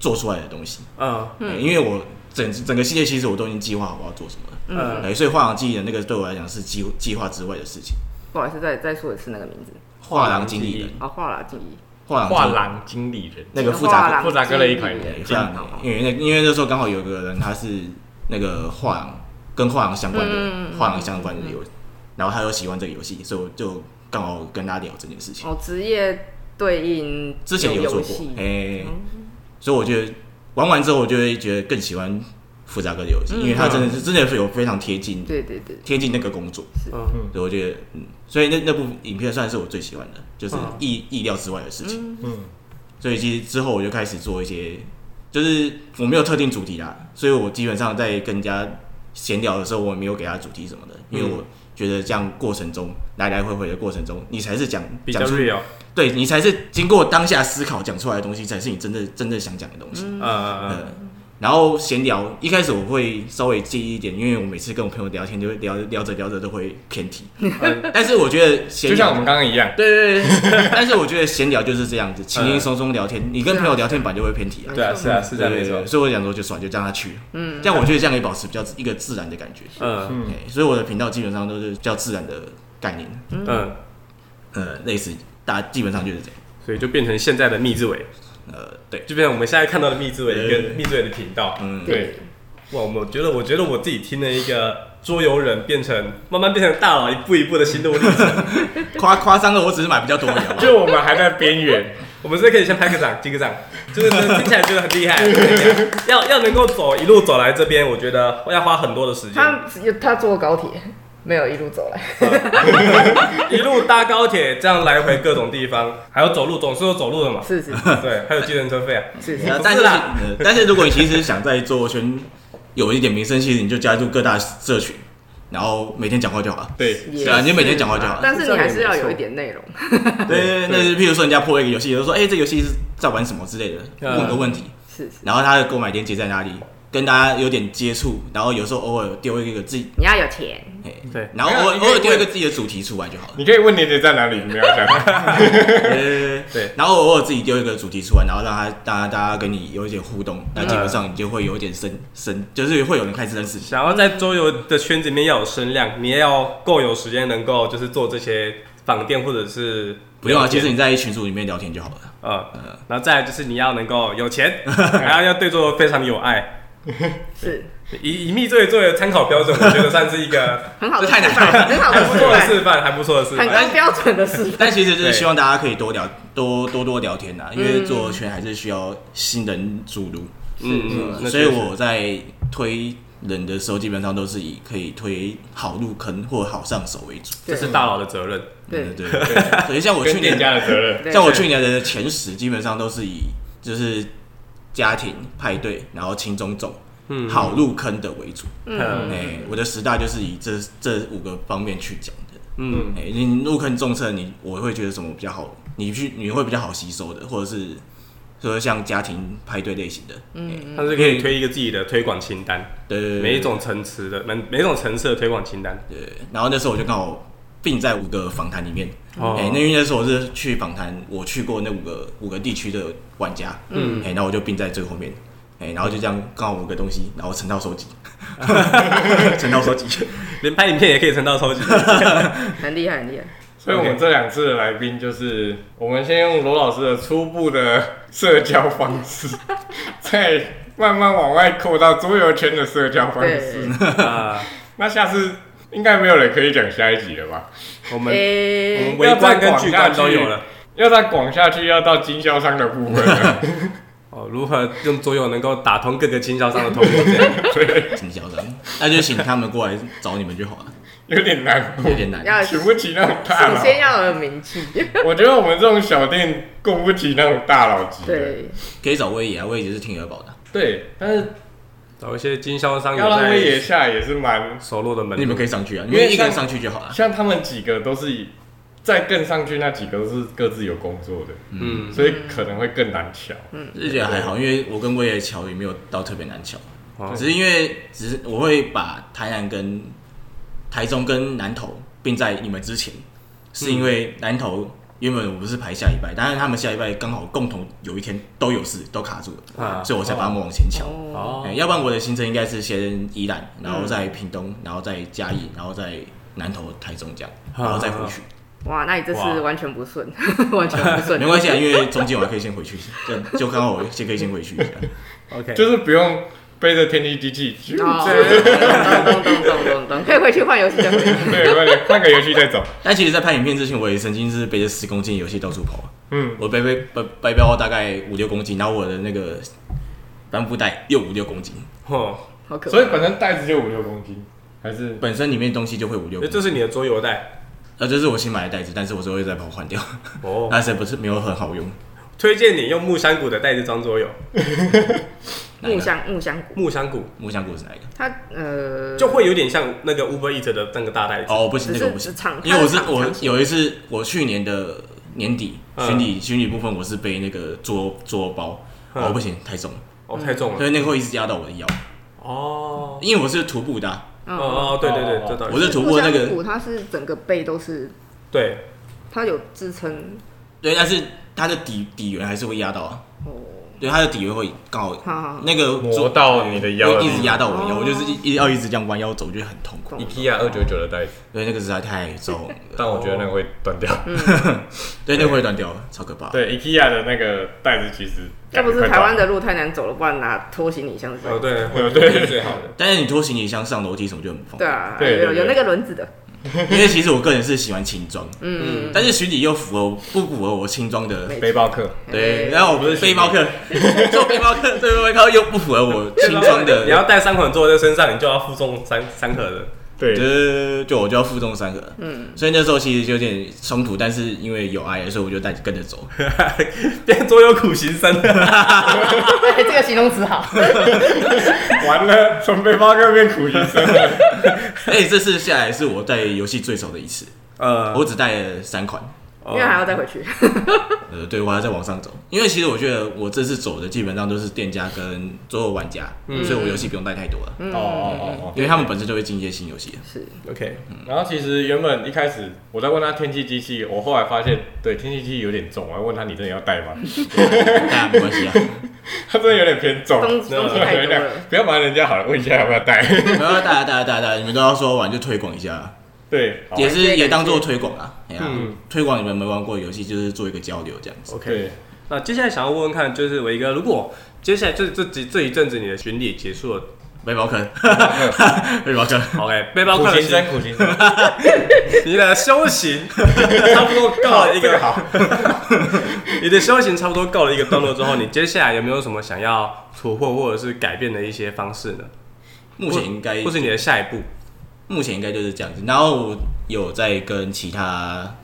Speaker 1: 做出来的东西。
Speaker 2: 嗯
Speaker 1: 哎因为我整整个系列其实我都已经计划好我要做什么了。
Speaker 2: 嗯，
Speaker 1: 哎，所以画廊经理人那个对我来讲是计计划之外的事情。
Speaker 5: 不好意思，再再说一次那个名字
Speaker 1: 画廊经理人，
Speaker 5: 啊，画廊记忆，
Speaker 1: 画廊
Speaker 4: 画
Speaker 1: 经理
Speaker 4: 廊经理人，
Speaker 1: 那个复杂
Speaker 5: 画
Speaker 4: 复杂哥的一款
Speaker 5: 经理
Speaker 1: 对
Speaker 4: 人
Speaker 1: 非常难因为那因为那时候刚好有个人他是那个画廊跟画廊相关的
Speaker 5: 嗯嗯嗯
Speaker 1: 画廊相关的有然后他又喜欢这个游戏，所以我就刚好跟他聊这件事情。
Speaker 5: 哦，职业对应
Speaker 1: 之前有做
Speaker 5: 游
Speaker 1: 过
Speaker 5: 戏，，哦
Speaker 1: 哎、所以我觉得玩完之后，我就会觉得更喜欢复杂哥的游
Speaker 5: 嗯
Speaker 1: 戏，因为他真的是真的是有非常贴近
Speaker 5: 对对对，
Speaker 1: 贴近那个工作，
Speaker 2: 嗯，
Speaker 1: 所以我觉得，嗯，所以那那部影片算是我最喜欢的，就是意、意料之外的事情。
Speaker 4: 嗯，
Speaker 1: 所以其实之后我就开始做一些，就是我没有特定主题啦，所以我基本上在跟人家闲聊的时候，我没有给他主题什么的，因为
Speaker 2: 嗯
Speaker 1: 我觉得这样过程中来来回回的过程中，你才是讲
Speaker 2: 比较
Speaker 1: 讲出，
Speaker 2: real，
Speaker 1: 对你才是经过当下思考讲出来的东西，才是你真的真正想讲的东西。
Speaker 2: 嗯嗯
Speaker 1: 呃，然后闲聊，一开始我会稍微介意一点，因为我每次跟我朋友聊天，就会聊聊着聊着都会偏题。
Speaker 2: 嗯
Speaker 1: 但是我觉得闲
Speaker 4: 就像我
Speaker 1: 聊
Speaker 4: 们，刚刚一样，
Speaker 1: 对对对， 但是我觉得闲聊就是这样子，轻轻松松聊天，你跟朋友聊天本来就会偏题啊
Speaker 2: 嗯，。对啊，是啊，是这样没
Speaker 1: 对对
Speaker 2: 错
Speaker 1: 对，，所以我想说就算了就让他去，嗯，这样我觉得这样可以保持比较一个自然的感觉。
Speaker 2: 嗯
Speaker 1: 嗯，所以我的频道基本上都是比较自然的概念，
Speaker 2: 嗯，
Speaker 1: 呃，类似大家基本上就是这样。
Speaker 2: 所以就变成现在的密字尾，
Speaker 1: 呃，对，
Speaker 2: 就变成我们现在看到的密字尾
Speaker 1: 对对
Speaker 2: 跟密字尾的频道。
Speaker 1: 嗯，
Speaker 4: 对，
Speaker 2: 哇，我觉得，我觉得我自己听了一个桌游人变成慢慢变成大佬一步一步的心路历程。
Speaker 1: 夸夸张了，我只是买比较多而已好不好
Speaker 4: 就我们还在边 缘，
Speaker 2: 我们是不是可以先拍个掌，击个掌，就是真的听起来觉得很厉害。很厉害要要能够走一路走来这边，我觉得要花很多的 时间。
Speaker 5: 他他坐高铁，没有一路走来，
Speaker 2: 一路搭高铁，这样来回各种地方，还有走路，总是有走路 的嘛。
Speaker 5: 是是
Speaker 2: 对，还有计程车费啊。
Speaker 5: 是
Speaker 1: 呃
Speaker 5: 是，
Speaker 1: 但是
Speaker 2: 不是啦
Speaker 1: 呃但是如果你其实想在桌游圈有一点名声，其实你就加入各大社群，然后每天讲话就好了。
Speaker 4: 对，
Speaker 5: 也
Speaker 1: 对啊你就每天
Speaker 5: 是
Speaker 1: 讲话
Speaker 5: 嘛
Speaker 1: 就好
Speaker 5: 但是你还是要
Speaker 4: 这样也没
Speaker 5: 有
Speaker 4: 错
Speaker 5: 一点内容，
Speaker 1: 对对，那是譬如说人家破一个游戏，就说哎、这游戏是在玩什么之类的，
Speaker 2: 嗯
Speaker 1: 问个问题，
Speaker 5: 是是，
Speaker 1: 然后它的购买链接在哪里，跟大家有点接触，然后有时候偶尔丢一个自己，
Speaker 5: 你要有钱，
Speaker 1: 哎
Speaker 2: 对
Speaker 1: 然后偶尔
Speaker 4: 没有你可以
Speaker 1: 偶尔丢一个自己的主题出来就好了。
Speaker 4: 你可以问你的在哪里，没有讲，
Speaker 1: 对
Speaker 2: 对，
Speaker 1: 然后偶尔自己丢一个主题出来，然后让他大家大家跟你有一点互动，那基本上你就会有一点深深，就是会有人开始认识你。
Speaker 2: 想要在桌游的圈子里面要有声量，你也要够有时间能够就是做这些访店或者是
Speaker 1: 不用啊，
Speaker 2: 了解
Speaker 1: 其实你在群组里面聊天就好了。
Speaker 2: 呃，然后再来就是你要能够有钱， 然后要对桌游非常有爱。
Speaker 5: 是
Speaker 2: 以以密作为作为参考标准，我觉得算是一个
Speaker 5: 很好的
Speaker 1: 这太
Speaker 5: 示
Speaker 1: 难
Speaker 5: 范，很好
Speaker 2: 还
Speaker 5: 的
Speaker 2: 不
Speaker 5: 示
Speaker 2: 错的
Speaker 5: 范，
Speaker 2: 示范，还不错的示
Speaker 5: 很
Speaker 2: 范。
Speaker 5: 高标准的示范，
Speaker 1: 但其实就是
Speaker 2: 对
Speaker 1: 希望大家可以多聊，多多多聊天呐、
Speaker 5: 嗯
Speaker 1: 因为做圈还是需要新人注入，
Speaker 2: 嗯嗯，那
Speaker 1: 所以
Speaker 2: 确实
Speaker 1: 我在推人的时候，基本上都是以可以推好入坑或好上手为主。
Speaker 2: 这
Speaker 5: 对
Speaker 2: 是大佬的责任。
Speaker 5: 对
Speaker 1: 对 对，所以像我 去
Speaker 4: 跟店
Speaker 1: 年，
Speaker 4: 家的责任，
Speaker 5: 对
Speaker 1: 像我去年的前十，基本上都是以就是家庭派对，然后轻中走。好入坑的为主，哎、
Speaker 2: 嗯
Speaker 1: 我的十大就是以这这五个方面去讲的。
Speaker 2: 嗯，
Speaker 1: 哎、你入坑重测，你我会觉得什么比较好？你去你会比较好吸收的，或者是说像家庭派对类型的，嗯，
Speaker 2: 他是可以推一个自己的推广清单。
Speaker 1: 对对对，
Speaker 2: 每一种层次的每每种层次的推广清单。
Speaker 1: 对。对然后那时候我就刚好并在五个访谈里面，哎、
Speaker 2: 哦
Speaker 1: 那因为那时候我是去访谈，我去过那五个五个地区的玩家，嗯，哎、那我就并在最后面。哎、然后就这样刚好五个东西，然后成套收 集，成套收集，
Speaker 2: 连拍影片也可以成到超级。
Speaker 5: 很厉害很厉害，
Speaker 4: 所以我们这两次的来宾就是，我们先用罗老师的初步的社交方 式，再慢慢往外扩到桌游圈的社交方式。
Speaker 5: 对，
Speaker 2: 啊
Speaker 4: 那下次应该没有人可以讲下一集了吧？
Speaker 2: 我们我
Speaker 5: 诶
Speaker 2: 们微观跟巨观都有了。
Speaker 4: 要再广下去，要到经销商的部分了。
Speaker 2: 哦，如何用桌游能够打通各个经销商的通路这样？
Speaker 1: 挺嚣张。那就请他们过来找你们就好了，
Speaker 4: 有点难，
Speaker 1: 有点难。
Speaker 5: 要
Speaker 4: 请不起那种大
Speaker 5: 首
Speaker 4: 佬。
Speaker 5: 先要有名气，
Speaker 4: 我觉得我们这种小店供不起那种大佬级的。
Speaker 5: 对，
Speaker 1: 可以找威爷啊，威爷是听儿宝的。
Speaker 4: 对，但是
Speaker 2: 找一些经销商有
Speaker 4: 要让威野
Speaker 2: 在
Speaker 4: 下也是蛮，
Speaker 2: 熟络的门路。
Speaker 1: 你们可以上去啊，你
Speaker 4: 因为
Speaker 1: 们一个人
Speaker 4: 像
Speaker 1: 上去就好了。
Speaker 4: 像他们几个都是以再更上去那几个都是各自有工作的，
Speaker 2: 嗯，
Speaker 4: 所以可能会更难瞧。
Speaker 1: 是觉得还好，因为我跟威爷桥也没有到特别难桥，
Speaker 2: 哦
Speaker 1: 只是因为只是我会把台南跟台中跟南投并在你们之前，是因为南投原本我不是排下礼拜，但是他们下礼拜刚好共同有一天都有事都卡住了，
Speaker 2: 啊
Speaker 1: 嗯所以我才把他们往前瞧。
Speaker 5: 哦，
Speaker 2: 哦
Speaker 1: 哎，要不然我的行程应该是先宜兰，然后再屏东，然后再嘉义，然后再南投、台中这样，然后再回去。
Speaker 5: 哇，那你这
Speaker 2: 哇
Speaker 5: 次完全不顺， 完全不顺，
Speaker 1: 没关系啊，因为中间我还可以先回去，就就刚好我先可以先回去一下。
Speaker 2: 哦，OK，
Speaker 4: 就是不用背着天气机器，咻
Speaker 5: 哦，懂懂懂懂懂懂，可以回去换游戏 的。
Speaker 4: 对，快点换个游戏再走。
Speaker 1: 但其实，在拍影片之前，我也曾经是背着十公斤的游戏到处跑。啊
Speaker 4: 嗯，
Speaker 1: 我背背背背包大概五六公斤，然后我的那个帆布袋又五六公斤，
Speaker 2: 哦，
Speaker 5: 好 可
Speaker 4: 所以
Speaker 5: 怕。
Speaker 4: 本身袋子就五六公斤，还是
Speaker 1: 本身里面东西就会五六
Speaker 2: 那
Speaker 1: 公
Speaker 2: 这
Speaker 1: 斤。
Speaker 2: 是你的桌游袋
Speaker 1: 呃，这是我新买的袋子，但是我之后会再把它换掉。
Speaker 2: 哦。
Speaker 1: 那是不是没有很好用？
Speaker 2: 推荐你用木香谷的袋子装桌游，
Speaker 1: 哪一
Speaker 5: 木
Speaker 1: 个
Speaker 5: 香木香谷，
Speaker 2: 木香谷
Speaker 1: 木香果是哪一个？
Speaker 5: 它呃，
Speaker 2: 就会有点像那个 Uber Eat 的那个大袋子。
Speaker 1: 哦，不行，
Speaker 5: 只
Speaker 1: 那
Speaker 5: 是
Speaker 1: 个不行
Speaker 5: 只长，
Speaker 1: 因为我是
Speaker 5: 它是长
Speaker 1: 我
Speaker 5: 长
Speaker 1: 有一次，我去年的年底
Speaker 2: 嗯
Speaker 1: 巡礼巡礼部分，我是背那个桌桌包，
Speaker 2: 嗯
Speaker 1: 哦不行，太重了，
Speaker 2: 哦，太重
Speaker 1: 所
Speaker 2: 了。
Speaker 1: 以那个会一直压到我的腰，
Speaker 4: 嗯
Speaker 2: 哦，
Speaker 1: 因为我是徒步的啊，
Speaker 2: 哦
Speaker 5: 嗯嗯
Speaker 2: 哦，对对对，这倒
Speaker 1: 我是徒步
Speaker 5: 木
Speaker 1: 那
Speaker 5: 香
Speaker 1: 个
Speaker 5: 谷它是整个背都是，
Speaker 2: 对，
Speaker 5: 它有支撑
Speaker 1: 对，但是它的底底缘还是会压到啊，
Speaker 5: 哦。
Speaker 1: 对，它的底缘会刚好
Speaker 5: 好好好
Speaker 1: 那个
Speaker 4: 磨
Speaker 1: 桌
Speaker 4: 到你的腰的
Speaker 1: 会一
Speaker 4: 地
Speaker 1: 直
Speaker 4: 方
Speaker 1: 压到我的腰，
Speaker 5: 哦
Speaker 1: 我就是一一要一直这样弯腰走，就会很痛苦，
Speaker 4: IKEA 二九九的袋子？
Speaker 1: 对，那个实在太重了，
Speaker 4: 但我觉得那
Speaker 2: 哦
Speaker 4: 个会断掉。
Speaker 1: 对，那个会断掉，超可怕。
Speaker 4: 对，IKEA 的那个袋子其实
Speaker 5: 要
Speaker 4: 感
Speaker 5: 不
Speaker 4: 觉快断了
Speaker 5: 是台湾的路太难走了，不然拿拖行李箱子。
Speaker 2: 哦对，
Speaker 4: 对
Speaker 2: 会对是最好的。
Speaker 1: 但是你拖行李箱上楼梯什么就很不方
Speaker 5: 对
Speaker 1: 便，
Speaker 5: 啊，
Speaker 4: 对对
Speaker 5: 有
Speaker 4: 对
Speaker 5: 有那个轮子的，
Speaker 1: 因为其实我个人是喜欢轻装，
Speaker 5: 嗯，
Speaker 1: 但是巡礼又符合不符合我轻装的
Speaker 5: 没
Speaker 4: 背包客，
Speaker 1: 对，
Speaker 5: 哎
Speaker 1: 然后我们是背包客，做背包客，做背包客又不符合我轻装的
Speaker 2: 你，要带三捆坐在身上，你就要负重三三盒的。
Speaker 4: 对
Speaker 1: 就是就我就要负重三个，嗯，所以那时候其实有点冲突，但是因为有爱，所以我就带跟着走，
Speaker 2: 变桌游苦行 僧，
Speaker 5: 哎这个形容词好，
Speaker 4: 完了，从背包客变苦行僧了。
Speaker 1: 而且这次下来是我带游戏最少的一次，
Speaker 2: 呃，
Speaker 1: 我只带了三款，
Speaker 5: 因为还要再回去。
Speaker 1: 呃，对我还要再往上走，因为其实我觉得我这次走的基本上都是店家跟所有玩家，所以我游戏不用带太多了，
Speaker 5: 嗯
Speaker 4: 哦哦哦
Speaker 1: 因为他们本身就会进一些新游戏了，
Speaker 5: 是，
Speaker 2: OK，
Speaker 4: 哦。然后其实原本一开始我在问他天气机器，我后来发现对天气机器有点重，我还问他你真的要带吗？
Speaker 1: 大家没关系啊，
Speaker 4: 他真的有点偏重，
Speaker 5: 东西东西太多了
Speaker 4: 哎不要麻烦人家好了，问一下要不要带。
Speaker 1: 然后大家大家大家大家，你们都要说完就推广一下啊。
Speaker 4: 对，好
Speaker 1: 也是也当做推广啊，哎呀
Speaker 4: 嗯，
Speaker 1: 推广你们没玩过的游戏，就是做一个交流这样子。
Speaker 4: 对，
Speaker 2: 那接下来想要问问看，就是伟哥，如果接下来这这这这一阵子你的巡礼结束了
Speaker 1: 背包客，背包客，
Speaker 2: ，OK，背包
Speaker 4: 苦
Speaker 2: 客
Speaker 4: 行
Speaker 2: 的
Speaker 4: 僧，
Speaker 2: 行
Speaker 4: 苦 行僧，
Speaker 2: 你的修行 差不多告了一
Speaker 4: 这
Speaker 2: 个，
Speaker 4: 好，
Speaker 2: 你的修行差不多告了一个段落之后，你接下来有没有什么想要突破或者是改变的一些方式呢？
Speaker 1: 目前应该
Speaker 2: 或是你的下一步？
Speaker 1: 目前应该就是这样子。然后我有在跟其他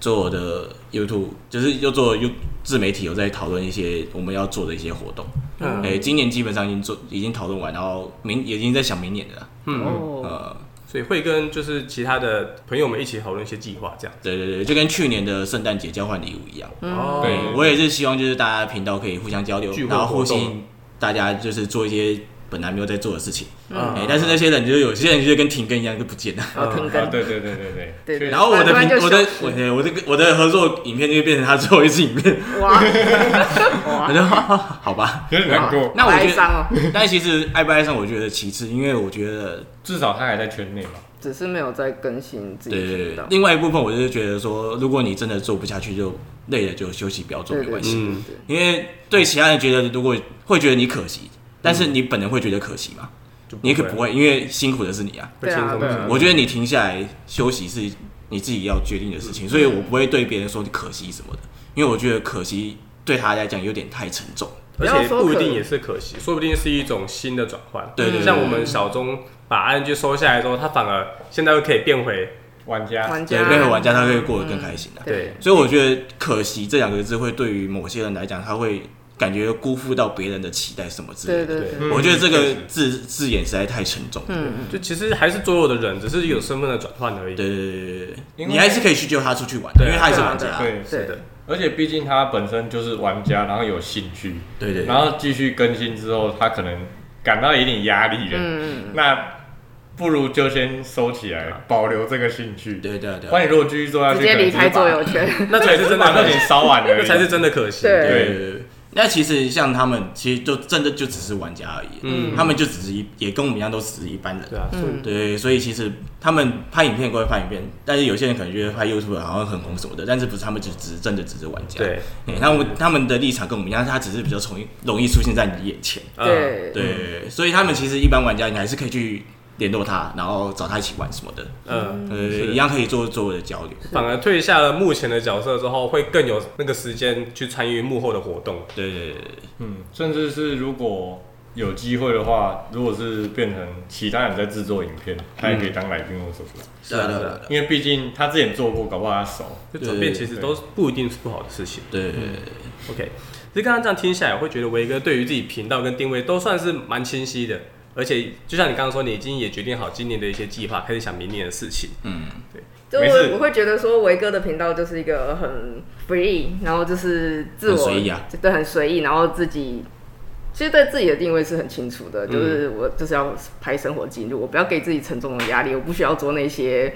Speaker 1: 做的 YouTube，就是又做 You 自媒体，有在讨论一些我们要做的一些活动。
Speaker 2: 嗯
Speaker 1: 哎，今年基本上已经做已经讨论完，然后明已经在想明年的了。
Speaker 2: 嗯，
Speaker 5: 哦，
Speaker 1: 呃，
Speaker 2: 所以会跟就是其他的朋友们一起讨论一些计划，这样。
Speaker 1: 对对对，就跟去年的圣诞节交换礼物一样。
Speaker 2: 哦
Speaker 4: 对
Speaker 1: 我也是希望就是大家频道可以互相交流
Speaker 2: 聚，会
Speaker 1: 然后互
Speaker 2: 活动
Speaker 1: 相大家就是做一些本来没有在做的事情。
Speaker 2: 嗯
Speaker 1: 哎、但是那些人就是有些人就跟停更一样就不见了。
Speaker 5: 然后停
Speaker 4: 啊
Speaker 5: 更，
Speaker 4: 对对对对
Speaker 5: 对
Speaker 4: 对，
Speaker 5: 对
Speaker 1: 然后我的
Speaker 5: 不然
Speaker 1: 频
Speaker 5: 就
Speaker 1: 我的
Speaker 5: 消失
Speaker 1: 我的我的我的合作影片就变成他最后一次影片，
Speaker 5: 哇
Speaker 1: 我
Speaker 5: 哇，
Speaker 1: 就好 吧。
Speaker 4: 有点难过，
Speaker 1: 那我觉
Speaker 5: 哀
Speaker 1: 得
Speaker 5: 伤哦，
Speaker 1: 但其实爱不爱上，我觉得其次，因为我觉得
Speaker 4: 至少他还在圈内嘛。
Speaker 5: 只是没有在更新自
Speaker 1: 对
Speaker 5: 己
Speaker 1: 对
Speaker 5: 频
Speaker 1: 对
Speaker 5: 道，，
Speaker 1: 另外一部分我就是觉得说，如果你真的做不下去就累了就休息，不要做
Speaker 5: 对
Speaker 1: 没
Speaker 5: 对
Speaker 1: 关
Speaker 5: 对
Speaker 1: 系。
Speaker 2: 嗯
Speaker 5: 对
Speaker 1: 因为对其他人觉得如果会觉得你可惜，但
Speaker 5: 嗯
Speaker 1: 是你本人会觉得可惜吗？
Speaker 2: 就
Speaker 1: 你可不会，因为辛苦的是你啊。
Speaker 2: 会
Speaker 5: 对啊
Speaker 2: 轻松
Speaker 5: 对啊
Speaker 2: 轻松
Speaker 1: 我觉得你停下来休息是你自己要决定的事情，所以我不会对别人说你可惜什么的，因为我觉得可惜对他来讲有点太沉重。
Speaker 2: 而
Speaker 5: 不要
Speaker 2: 且
Speaker 5: 说
Speaker 2: 不一
Speaker 5: 可
Speaker 2: 定也是可惜，说不定是一种新的转换。
Speaker 1: 对对对
Speaker 2: 像我们小钟把 RNG 收下来之后，他反而现在又可以变回
Speaker 4: 玩家，
Speaker 5: 玩
Speaker 1: 对，
Speaker 5: 家嗯
Speaker 1: 任何玩家他会过得更开心的、
Speaker 5: 对，
Speaker 1: 所以我觉得“可惜”这两个字会对于某些人来讲，他会感觉辜负到别人的期待什么之类
Speaker 5: 对
Speaker 1: 的。
Speaker 5: 对对，
Speaker 4: 嗯
Speaker 1: 我觉得这
Speaker 4: 确
Speaker 1: 个
Speaker 4: 实
Speaker 1: 字字眼实在太沉重。
Speaker 5: 嗯。
Speaker 2: 就其实还是所有的人，只是有身份的转换而已。
Speaker 1: 对对对对对对，
Speaker 4: 因为
Speaker 1: 你还是可以去救他出去玩，因
Speaker 2: 对啊
Speaker 1: 为他也是玩家啊。
Speaker 4: 对，
Speaker 5: 对
Speaker 2: 的
Speaker 4: 而且毕竟他本身就是玩家，然后有兴趣，
Speaker 1: 对对对
Speaker 4: 啊然后继续更新之后，他可能感到有点压力了，
Speaker 5: 嗯
Speaker 4: 那不如就先收起来，保留这个兴趣。
Speaker 1: 对对对
Speaker 4: 不然你如果继续做下去，
Speaker 5: 直接离开
Speaker 4: 可
Speaker 5: 桌
Speaker 4: 能
Speaker 5: 游圈，
Speaker 2: 那才
Speaker 4: 就是是
Speaker 2: 真
Speaker 4: 把，
Speaker 2: 的可惜
Speaker 4: 那才是真的把热情，烧完了，
Speaker 2: 那才是真的可惜。
Speaker 5: 对
Speaker 1: 对对对对，那其实像他们，其实就真的就只是玩家而已，
Speaker 2: 嗯
Speaker 1: 他们就只是一也跟我们一样，都只是一般人。
Speaker 2: 对啊，
Speaker 5: 嗯，
Speaker 1: 对，所以其实他们拍影片归拍影片，但是有些人可能觉得拍 YouTube 好像很红什么的，但是不是他们就只是真的只是玩家。
Speaker 2: 对，
Speaker 1: 嗯，他们他们的立场跟我们一样，他只是比较容易容易出现在你眼前。
Speaker 2: 嗯，
Speaker 5: 对，
Speaker 1: 对，所以他们其实一般玩家你还是可以去联络他，然后找他一起玩什么的，
Speaker 2: 嗯，
Speaker 1: 呃，
Speaker 2: 是
Speaker 1: 一样可以做做的交流。
Speaker 2: 反而退下了目前的角色之后，会更有那个时间去参与幕后的活动。
Speaker 1: 对对对对
Speaker 4: 嗯，甚至是如果有机会的话，如果是变成其他人在制作影片，他也可以当来宾或什么的，
Speaker 2: 是
Speaker 1: 对
Speaker 2: 啊
Speaker 1: 啊对
Speaker 2: 是
Speaker 1: 啊
Speaker 2: 啊
Speaker 4: 因为毕竟他之前做过，搞不好他熟。
Speaker 2: 这转变其实都是不一定是不好的事情。
Speaker 1: 对对对，
Speaker 2: OK，其实刚刚这样听下来，我会觉得维哥对于自己频道跟定位都算是蛮清晰的，而且就像你刚刚说，你已经也决定好今年的一些计划，开始想明年的事情。
Speaker 1: 嗯，
Speaker 5: 就
Speaker 4: 没事
Speaker 5: 我我会觉得说维哥的频道就是一个很 free，然后就是自我
Speaker 1: 很随意啊
Speaker 5: 对，很随意，然后自己其实对自己的定位是很清楚的，就是
Speaker 1: 嗯
Speaker 5: 我就是要拍生活记录，我不要给自己沉重的压力，我不需要做那些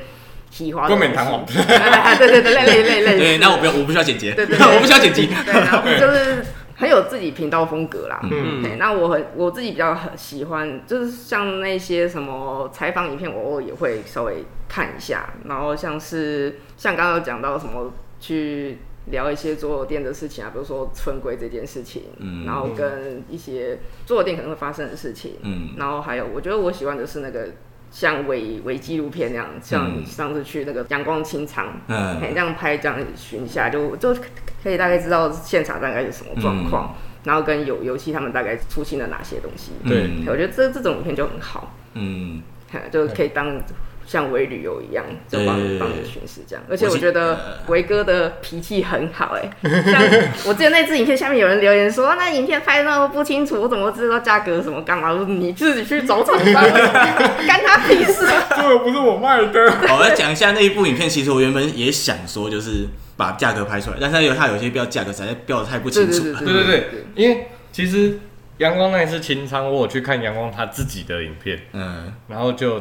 Speaker 5: 喜欢
Speaker 4: 冠冕 堂皇，
Speaker 5: 对对对，类类类类，
Speaker 1: 对，那我不要我不需要剪辑，
Speaker 5: 对对对
Speaker 1: 我不需要剪辑。
Speaker 5: 对，然后就是很有自己频道风格啦。
Speaker 2: 嗯
Speaker 5: 对，那我很我自己比较很喜欢，就是像那些什么采访影片，我偶尔也会稍微看一下。然后像是像刚刚有讲到什么去聊一些桌游店的事情啊，比如说村规这件事情，
Speaker 1: 嗯
Speaker 5: 然后跟一些桌游店可能会发生的事情，
Speaker 1: 嗯，
Speaker 5: 然后还有，我觉得我喜欢的是那个像伪伪纪录片那样，像
Speaker 1: 嗯
Speaker 5: 上次去那个阳光清仓，
Speaker 1: 嗯
Speaker 5: 嗯，这样拍这样巡一下，就就可以大概知道现场大概是什么
Speaker 1: 嗯
Speaker 5: 状况，然后跟游游戏他们大概出新的哪些东西。
Speaker 4: 对
Speaker 1: 嗯
Speaker 5: 我觉得这这种影片就很好，
Speaker 1: 嗯，
Speaker 5: 嘿就可以当像微旅游一样，就帮
Speaker 1: 对
Speaker 5: 帮你巡视这样。而且
Speaker 1: 我
Speaker 5: 我
Speaker 1: 记
Speaker 5: 觉得维哥的脾气很好、哎， 像我之前那支影片下面有人留言说，那影片拍那么不清楚，我怎么知道价格什么干嘛？我说你自己去找厂商， 干他屁事啊！
Speaker 4: 这个不是我卖的，
Speaker 1: 好，我要讲一下那一部影片。其实我原本也想说，就是把价格拍出来，但是它有它有些标价格实在标的太不清楚了。
Speaker 5: 嗯
Speaker 4: 对对对，因为其实阳光那一次清仓，我有去看阳光他自己的影片，
Speaker 1: 嗯，
Speaker 4: 然后就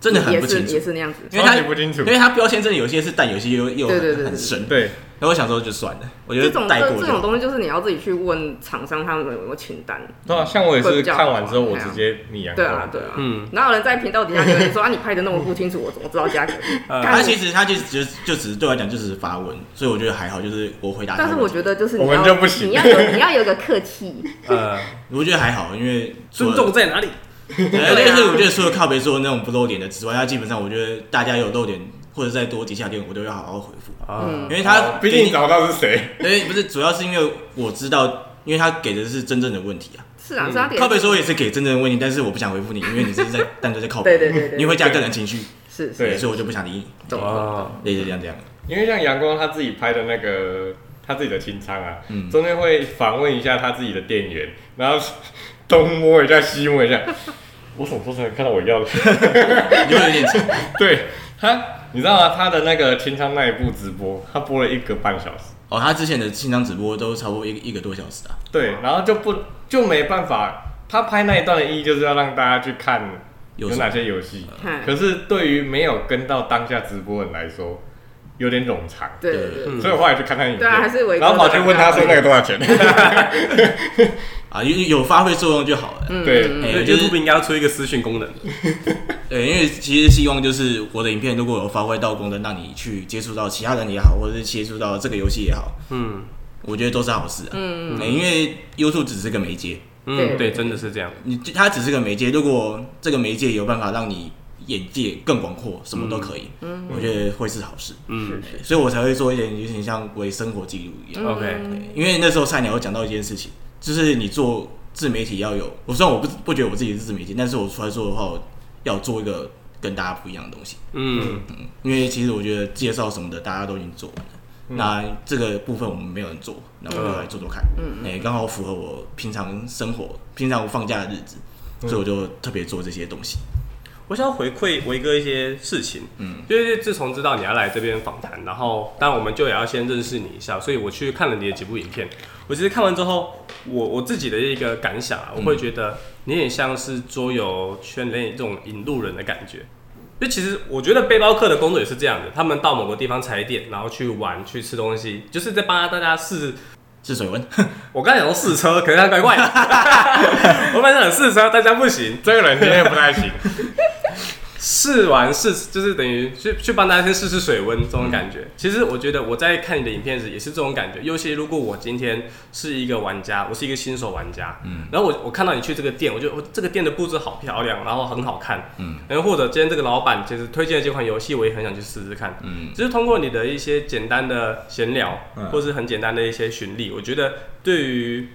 Speaker 1: 真的很
Speaker 5: 也
Speaker 1: 不
Speaker 5: 是
Speaker 1: 清
Speaker 5: 也
Speaker 1: 楚，
Speaker 5: 是那样子。
Speaker 1: 因为它
Speaker 4: 超级不清楚
Speaker 1: 因为它标签真的有些是淡，有些又又
Speaker 5: 对对
Speaker 1: 很
Speaker 5: 对
Speaker 1: 很
Speaker 5: 对
Speaker 1: 深。
Speaker 4: 对，
Speaker 1: 然后我想说就算了，我觉
Speaker 5: 这
Speaker 1: 得
Speaker 5: 种
Speaker 1: 带
Speaker 5: 这
Speaker 1: 过
Speaker 5: 这种
Speaker 1: 就
Speaker 5: 东西就是你要自己去问厂商他们有没有清单，
Speaker 4: 对啊，像我也
Speaker 5: 会
Speaker 4: 是
Speaker 5: 比较
Speaker 4: 看完之后，
Speaker 5: 好
Speaker 4: 我
Speaker 5: 玩
Speaker 4: 直接米阳
Speaker 5: 哎对
Speaker 4: 光。
Speaker 5: 啊对啊，
Speaker 2: 嗯
Speaker 5: 哪有人在频道底下留言说啊你拍的那么不清楚，我怎么知道价格？干
Speaker 1: 他其实他就只就只是对我来讲就只是发问，所以我觉得还好，就是我回答他
Speaker 5: 但
Speaker 1: 问
Speaker 5: 是
Speaker 1: 题。
Speaker 5: 我觉得就是你
Speaker 4: 我们
Speaker 5: 要
Speaker 4: 就不行
Speaker 5: 你要有你要有个客气，
Speaker 2: 呃，
Speaker 1: 我觉得还好，因为除
Speaker 2: 尊
Speaker 1: 了
Speaker 2: 重在哪里？
Speaker 5: 啊
Speaker 1: 对但是我觉得除了靠别说那种不露脸的之外，他基本上我觉得大家有露脸或者再多几下点，我都要好好回复，
Speaker 5: 嗯
Speaker 2: 啊，
Speaker 1: 因为他
Speaker 4: 哦毕
Speaker 1: 给
Speaker 4: 竟
Speaker 1: 你
Speaker 4: 找到是谁，
Speaker 1: 因为不是主要是因为我知道，因为他给的是真正的问题啊。
Speaker 5: 是啊，是啊，
Speaker 1: 靠背说也是给真正的问题，但是我不想回复你，因为你这是在单纯在靠
Speaker 5: 对
Speaker 1: 背，
Speaker 5: 对对 对
Speaker 1: 你会加个人情绪，
Speaker 5: 是
Speaker 4: 对
Speaker 5: 是，
Speaker 1: 所以我就不想理你，
Speaker 5: 懂懂
Speaker 2: 啊，
Speaker 1: 类似这样这样。
Speaker 4: 因为像阳光他自己拍的那个他自己的清仓啊，
Speaker 1: 嗯
Speaker 4: 中间会访问一下他自己的店员，然后东摸一下西摸一下，我什么时候才能看到我 要的？
Speaker 1: 有有点紧，
Speaker 4: 对他，你知道吗？他的那个清仓那一部直播，他播了一个半小时，
Speaker 1: 哦，他之前的清仓直播都超过一个一个多小时啊。
Speaker 4: 对，然后就不就没办法，他拍那一段的意义就是要让大家去看有
Speaker 1: 有什么
Speaker 4: 哪些游戏，
Speaker 5: 嗯
Speaker 4: 可是对于没有跟到当下直播人来说，有点冗长。
Speaker 5: 对对对。
Speaker 2: 嗯
Speaker 4: 所以我后来去看他影片，
Speaker 5: 对啊还是维哥的
Speaker 4: 然后跑去问他说那个多少钱？
Speaker 1: 啊，有有发挥作用就好了。嗯，
Speaker 4: 对，
Speaker 2: 所以
Speaker 1: 就是
Speaker 2: YouTube 应该要出一个私讯功能。
Speaker 1: 对，因为其实希望就是我的影片如果有发挥到功能，让你去接触到其他人也好，或者是接触到这个游戏也好，
Speaker 2: 嗯
Speaker 1: 我觉得都是好事啊。嗯，因为 YouTube 只是个媒介，
Speaker 2: 嗯，
Speaker 5: 对
Speaker 2: 对，真的是这样。
Speaker 1: 你它只是个媒介，如果这个媒介有办法让你眼界更广阔，什么都可以，嗯，我觉得会是好事。
Speaker 2: 嗯
Speaker 1: 对所以我才会做一点有点像为生活记录一样。
Speaker 5: 嗯
Speaker 2: ，OK，
Speaker 1: 对因为那时候菜鸟有讲到一件事情，就是你做自媒体要有，我虽然我不不觉得我自己是自媒体，但是我出来做的话，我要做一个跟大家不一样的东西。
Speaker 2: 嗯，
Speaker 1: 因为其实我觉得介绍什么的大家都已经做完了，
Speaker 2: 嗯
Speaker 1: 那这个部分我们没有人做，那我就来做做看。嗯，哎、刚好符合我平常生活、平常放假的日子，
Speaker 2: 嗯
Speaker 1: 所以我就特别做这些东西。
Speaker 2: 我想要回馈维哥一些事情，嗯
Speaker 1: 嗯，
Speaker 2: 就是自从知道你要来这边访谈，然后当然我们就也要先认识你一下，所以我去看了你的几部影片。我其实看完之后，我我自己的一个感想啊，我会觉得你也像是桌游圈内这种引路人的感觉。就其实我觉得背包客的工作也是这样的，他们到某个地方踩点，然后去玩去吃东西，就是在帮大家试
Speaker 1: 是水温，
Speaker 2: 我刚才讲试车，可是他怪怪的。 我本来想试车，但这样不行。
Speaker 4: 这个人今天不太行。
Speaker 2: 试完试就是等于去去帮大家先试试水温这种感觉。其实我觉得我在看你的影片时也是这种感觉，尤其如果我今天是一个玩家，我是一个新手玩家，嗯，然后我我看到你去这个店，我就我这个店的布置好漂亮，然后很好看，嗯，然后或者今天这个老板其实推荐的这款游戏，我也很想去试试看，嗯，就是通过你的一些简单的闲聊，或是很简单的一些巡礼，我觉得对于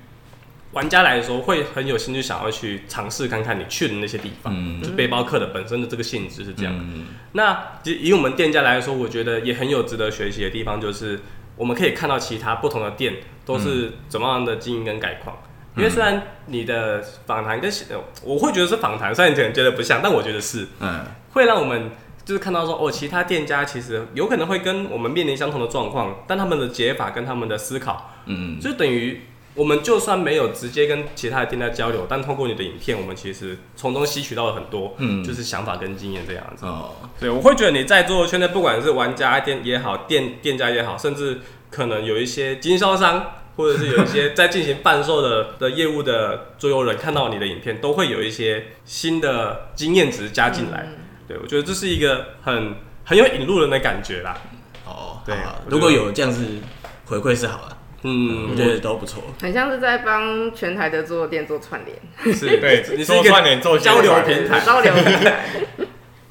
Speaker 2: 玩家来说会很有兴趣，想要去尝试看看你去的那些地方。
Speaker 1: 嗯
Speaker 2: 就背包客的本身的这个性质是这样。那其实以我们店家来说，我觉得也很有值得学习的地方，就是我们可以看到其他不同的店都是怎么样的经营跟概况。因为虽然你的访谈跟呃我会觉得是访谈，虽然你可能觉得不像，但我觉得是
Speaker 1: 嗯
Speaker 2: 会让我们就是看到说哦，其他店家其实有可能会跟我们面临相同的状况，但他们的解法跟他们的思考
Speaker 1: 嗯，
Speaker 2: 就等于我们就算没有直接跟其他的店家交流，但通过你的影片，我们其实从中吸取到了很多，
Speaker 1: 嗯
Speaker 2: 就是想法跟经验这样子。
Speaker 1: 哦，
Speaker 2: 对，我会觉得你在做的圈内，不管是玩家店也好，店店家也好，甚至可能有一些经销商。或者是有一些在进行贩售的 的业务的桌游人看到你的影片，都会有一些新的经验值加进来。对我觉得这是一个很很有引路人的感觉啦。
Speaker 1: 哦，
Speaker 2: 对
Speaker 1: 好啊
Speaker 2: 我觉得
Speaker 1: 如果有这样子回馈是好了，
Speaker 2: 嗯，
Speaker 1: 我觉得都不错。
Speaker 5: 很像是在帮全台的桌游店做串联，
Speaker 2: 是
Speaker 4: 对
Speaker 2: 你是一
Speaker 4: 做
Speaker 2: 个
Speaker 4: 串联做
Speaker 2: 交流
Speaker 4: 宣传
Speaker 2: 平台，
Speaker 5: 交流平台，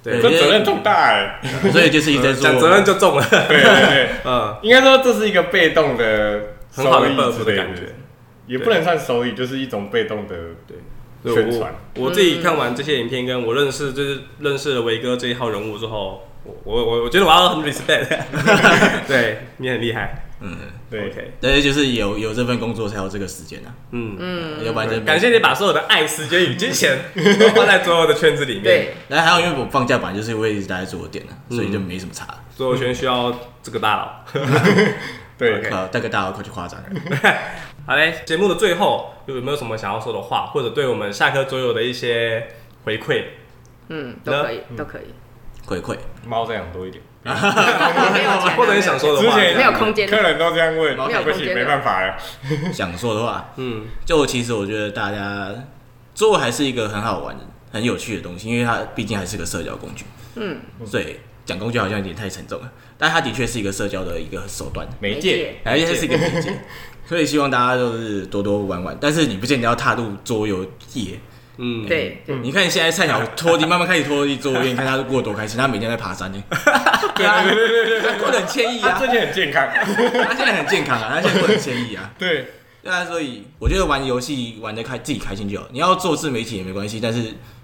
Speaker 2: 对
Speaker 4: 这责任重大哎、
Speaker 1: 所以就是一直在做
Speaker 2: 讲责任就中了。
Speaker 4: 对对对，
Speaker 2: 嗯，
Speaker 4: 应该说这是一个被动的
Speaker 2: 很好
Speaker 4: 收
Speaker 2: 的
Speaker 4: 益
Speaker 2: buff
Speaker 4: 之
Speaker 2: 的
Speaker 4: 类
Speaker 2: 感
Speaker 4: 的
Speaker 2: 觉。。
Speaker 4: 也不能算收益，就是一种被动的。
Speaker 2: 对
Speaker 4: 宣传
Speaker 2: 我我自己看完这些影片，跟我认识就是认识了维哥这一号人物之后，我我我我觉得我要很 respect，对你很厉害。
Speaker 4: 对
Speaker 2: OK，
Speaker 1: 但是就是有有这份工作才有这个时间啊，
Speaker 2: 嗯，
Speaker 1: 嗯，要不然真的没
Speaker 2: 感谢。你把所有的爱、时间与金钱都花在所有的圈子里面。
Speaker 5: 对，
Speaker 1: 然后还有，因为我放假本来就是会一直待在做店的，所以
Speaker 2: 嗯
Speaker 1: 就没什么差。
Speaker 2: 所有圈需要这个大佬。
Speaker 4: 对
Speaker 2: OK
Speaker 1: 靠，大概大家快去夸张了。
Speaker 2: 好嘞，节目的最后有没有什么想要说的话，或者对我们下课桌游的一些回馈？
Speaker 5: 嗯，都可以，都可以。
Speaker 1: 回馈，
Speaker 4: 猫再养多一点。
Speaker 5: 没有钱啊，
Speaker 2: 或者你想说的
Speaker 4: 之
Speaker 2: 话，
Speaker 4: 前
Speaker 5: 没有空间
Speaker 4: 客人都这样问，
Speaker 5: 没有
Speaker 4: 不
Speaker 5: 空
Speaker 4: 行，
Speaker 5: 间
Speaker 4: 没办法啊呀。
Speaker 1: 想说的话，
Speaker 2: 嗯，
Speaker 1: 就其实我觉得大家做还是一个很好玩的、很有趣的东西，因为它毕竟还是个社交工具。
Speaker 5: 嗯，
Speaker 1: 所以讲工具好像有点太沉重了，但它的确是一个社交的一个手段，
Speaker 4: 媒
Speaker 5: 没
Speaker 4: 介，
Speaker 5: 借，
Speaker 1: 而且它是一个媒介。所以希望大家就是多多玩玩，但是你不见得要踏入桌游界。
Speaker 2: 嗯，
Speaker 5: 对对，
Speaker 1: 你看现在菜鸟脱离，慢慢开始脱离桌游界，你看他过得多开心，他每天在爬山呢。对啊，他过得很惬意
Speaker 4: 他
Speaker 1: 啊
Speaker 4: 最，近很健 康。
Speaker 1: 他现在很健康啊，他现在过得很惬意啊。
Speaker 4: 对，
Speaker 1: 对啊，所以我觉得玩游戏玩的开自己开心就好。你要做自媒体也没关系，但是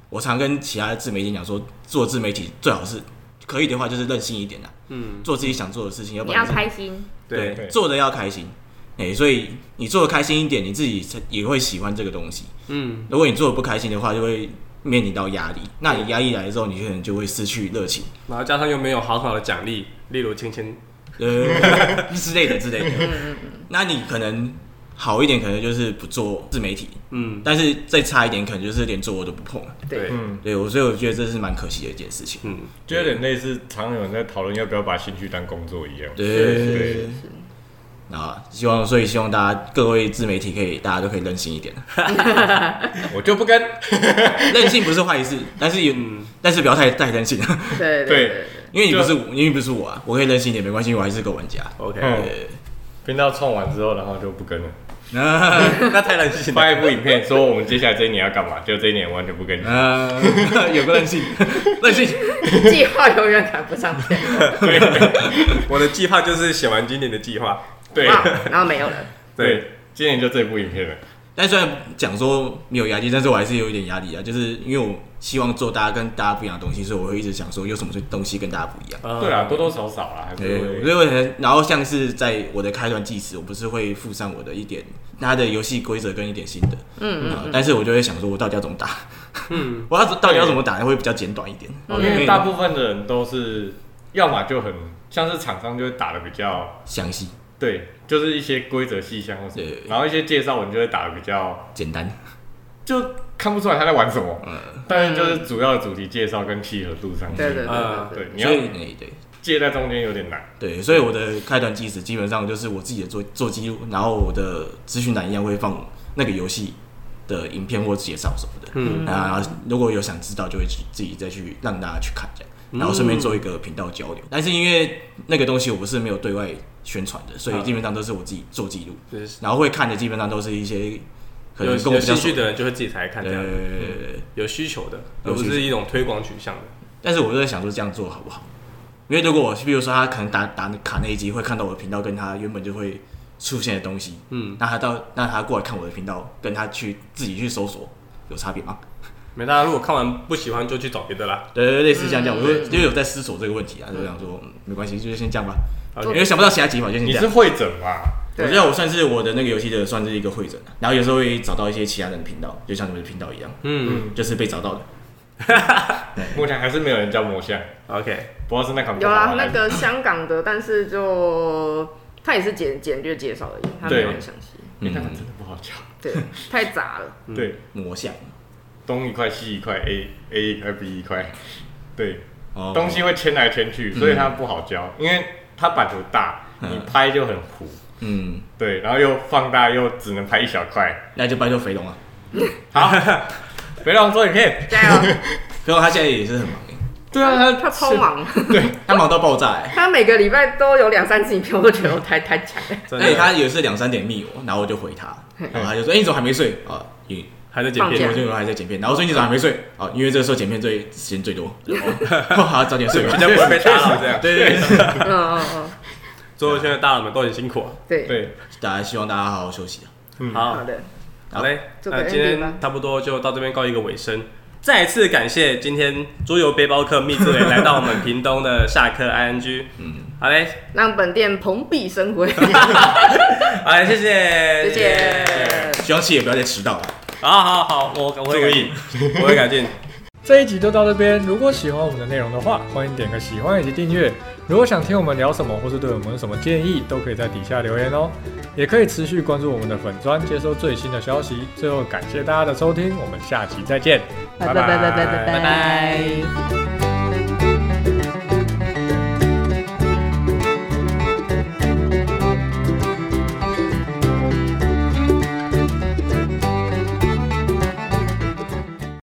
Speaker 1: 我常跟其他自媒体讲说，做自媒体最好是可以的话就是任性一点啦，
Speaker 2: 嗯，
Speaker 1: 做自己想做的事情，要不
Speaker 5: 你
Speaker 1: 然
Speaker 5: 要
Speaker 1: 就是
Speaker 5: 开心，
Speaker 2: 对，
Speaker 1: 对
Speaker 4: 对
Speaker 1: 做的要开心。哎、所以你做的开心一点，你自己也会喜欢这个东西。
Speaker 2: 嗯，
Speaker 1: 如果你做的不开心的话，就会面临到压力。那你压力来之后，你可能就会失去热情，
Speaker 2: 然后加上又没有好好的奖励，例如亲亲，
Speaker 1: 呃 之类的之类的。那你可能好一点，可能就是不做自媒体，
Speaker 2: 嗯，
Speaker 1: 但是再差一点，可能就是连做我都不碰了。
Speaker 2: 对，
Speaker 4: 嗯，
Speaker 1: 对我，所以我觉得这是蛮可惜的一件事情。
Speaker 2: 嗯，
Speaker 4: 就有点类似常有人在讨论要不要把兴趣当工作一样。
Speaker 1: 对，啊，希望所以希望大家各位自媒体可以大家都可以任性一点，
Speaker 4: 我就不跟。
Speaker 1: 任性不是坏事，但是也、但是不要太太任性，啊
Speaker 5: 对
Speaker 4: 对
Speaker 5: 对
Speaker 1: 因为你不是我因为你不是我啊，我可以任性一点没关系，我还是个玩家。
Speaker 2: OK，
Speaker 4: 嗯
Speaker 1: 对，
Speaker 4: 频道创完之后，然后就不跟了。
Speaker 1: 啊
Speaker 2: 那太任性了。
Speaker 4: 发一部影片说我们接下来这一年要干嘛，就这一年完全不跟你。
Speaker 1: 啊呃， 有个任性， 任性，
Speaker 5: 对，计划永远赶不上变化，
Speaker 2: 我的计划就是写完今年的计划，
Speaker 4: 对
Speaker 5: 然后没有了，
Speaker 2: 对，
Speaker 4: 对，今年就这部影片了。
Speaker 1: 但虽然讲说没有压力，但是我还是有一点压力啊，就是因为我希望做大家跟大家不一样的东西，所以我会一直想说有什么东西跟大家不一样。
Speaker 4: 对啊，多多少少啦，还是
Speaker 1: 对，
Speaker 4: 会。
Speaker 1: 所以我很，然后像是在我的开团计时，我不是会附上我的一点它的游戏规则跟一点新的，嗯嗯，但是我就会想说，我到底要怎么打？嗯， 我要到底要怎么打会比较简短一点，
Speaker 4: 因为大部分的人都是，要么就很像是厂商就会打的比较，
Speaker 1: 详细
Speaker 4: 对，就是一些规则细项或什么
Speaker 1: 对，
Speaker 4: 然后一些介绍文就会打的比较，
Speaker 1: 简单，
Speaker 4: 就看不出来他在玩
Speaker 1: 嗯
Speaker 4: 什么。但是就是主要的主题介绍跟契合度上。
Speaker 5: 对对对
Speaker 2: 啊
Speaker 4: 对
Speaker 5: 对对，，
Speaker 4: 你
Speaker 1: 所
Speaker 4: 要
Speaker 1: 以哎对，
Speaker 4: 介在中间有点难。
Speaker 1: 对，所以我的开团基址基本上就是我自己的做做记录，然后我的资讯栏一样会放那个游戏的影片或介绍什么的。
Speaker 2: 嗯
Speaker 1: 嗯，啊，如果有想知道，就会去自己再去让大家去看这样，
Speaker 2: 嗯
Speaker 1: 然后顺便做一个频道交流。但是因为那个东西我是没有对外宣传的，
Speaker 2: 啊
Speaker 1: 所以基本上都是我自己做记录，
Speaker 2: 就是
Speaker 1: 然后会看的基本上都是一些可
Speaker 2: 有
Speaker 1: 能跟我
Speaker 2: 有
Speaker 1: 比较
Speaker 2: 兴
Speaker 1: 熟
Speaker 2: 趣的人就会自己才来看这
Speaker 1: 对
Speaker 2: 样
Speaker 1: 对对
Speaker 2: 子，
Speaker 1: 对对对对。
Speaker 2: 有需求的，而
Speaker 1: 有
Speaker 2: 不
Speaker 1: 需求
Speaker 2: 是一种推广取向的。
Speaker 1: 但是我就在想说这样做好不好？因为如果我比如说他可能打打卡那一集会看到我的频道跟他原本就会出现的东西，
Speaker 2: 嗯，
Speaker 1: 那他到那他过来看我的频道，跟他去自己去搜索有差别吗？
Speaker 2: 没，大家如果看完不喜欢就去找别的啦。
Speaker 1: 对对对，类似像这样，我就因为有在思索这个问题啊，就想说嗯没关系，就是先这样吧，
Speaker 2: 好
Speaker 1: 因为想不到其他集嘛，就先
Speaker 4: 你
Speaker 1: 这
Speaker 4: 是
Speaker 1: 样。
Speaker 4: 会诊吧？
Speaker 1: 我
Speaker 5: 对
Speaker 1: 觉得我算是我的那个游戏的算是一个会诊啊，然后有时候会找到一些其他人的频道，就像你们的频道一样，
Speaker 2: 嗯
Speaker 1: 就是被找到的。
Speaker 4: 目前还是没有人叫魔像，
Speaker 2: ，OK，
Speaker 4: 不知道是那款不
Speaker 5: 有
Speaker 4: 好
Speaker 5: 啦，
Speaker 4: 玩
Speaker 5: 那个香港的，但是就它也是简简略介绍而已，它没有很详细。
Speaker 1: 嗯
Speaker 4: 那款真的不好叫。
Speaker 5: 对， 太杂了。
Speaker 4: 对，
Speaker 1: 魔像
Speaker 4: 东一块西一块，A A 一块 B 一块，对，
Speaker 1: 哦
Speaker 4: 东西会牵来牵去，所以它不好教，因为它版图大，
Speaker 1: 嗯
Speaker 4: 你拍就很糊。
Speaker 1: 嗯，
Speaker 4: 对，然后又放大，又只能拍一小块。
Speaker 1: 那就拜托肥龙啊，
Speaker 4: 好，别让我做影片。
Speaker 5: 加油！
Speaker 1: 肥龙他现在也是很忙欸，
Speaker 4: 对啊，他
Speaker 5: 他超忙，
Speaker 1: 他忙到爆炸欸
Speaker 5: 他每个礼拜都有两三次影片，我都觉得我太太强 了。
Speaker 2: 真
Speaker 1: 而且
Speaker 2: 的
Speaker 1: 哎他也是两三点密我，然后我就回他，然后他就说：“哎、你怎么还没睡啊？”因
Speaker 2: 还在剪
Speaker 5: 放
Speaker 1: 因为
Speaker 5: 假
Speaker 1: 我，
Speaker 2: 片
Speaker 1: 这个还在剪片，然后说你怎么还没睡啊？因为这个时候剪片最时间最多，哦好早点睡吧
Speaker 2: 比。较不会被打扰这样。
Speaker 1: 对对对，
Speaker 5: 嗯嗯嗯，
Speaker 2: 桌游圈的大佬们都很辛苦啊。
Speaker 5: 对，
Speaker 4: 对，
Speaker 1: 大家希望大家好好休息啊。
Speaker 4: 嗯
Speaker 5: 好
Speaker 2: 好，
Speaker 5: 的，
Speaker 2: 好嘞，
Speaker 5: 做个
Speaker 2: 那今
Speaker 5: ending 吧
Speaker 2: 天差不多就到这边告一个尾声。再一次感谢今天桌游背包客密志伟来到我们屏东的下课 ING。嗯，好嘞，
Speaker 5: 让本店蓬荜生 辉。
Speaker 2: 好嘞，谢谢，
Speaker 5: 谢谢。
Speaker 1: 希望七也不要再迟到啊了。
Speaker 2: 好好好，我我会改进，我会改进。
Speaker 6: 这一集就到这边。如果喜欢我们的内容的话，欢迎点个喜欢以及订阅。如果想听我们聊什么，或是对我们有什么建议，都可以在底下留言哦。也可以持续关注我们的粉砖，接收最新的消息。最后感谢大家的收听，我们下期再见，
Speaker 3: 拜拜拜拜拜拜拜拜。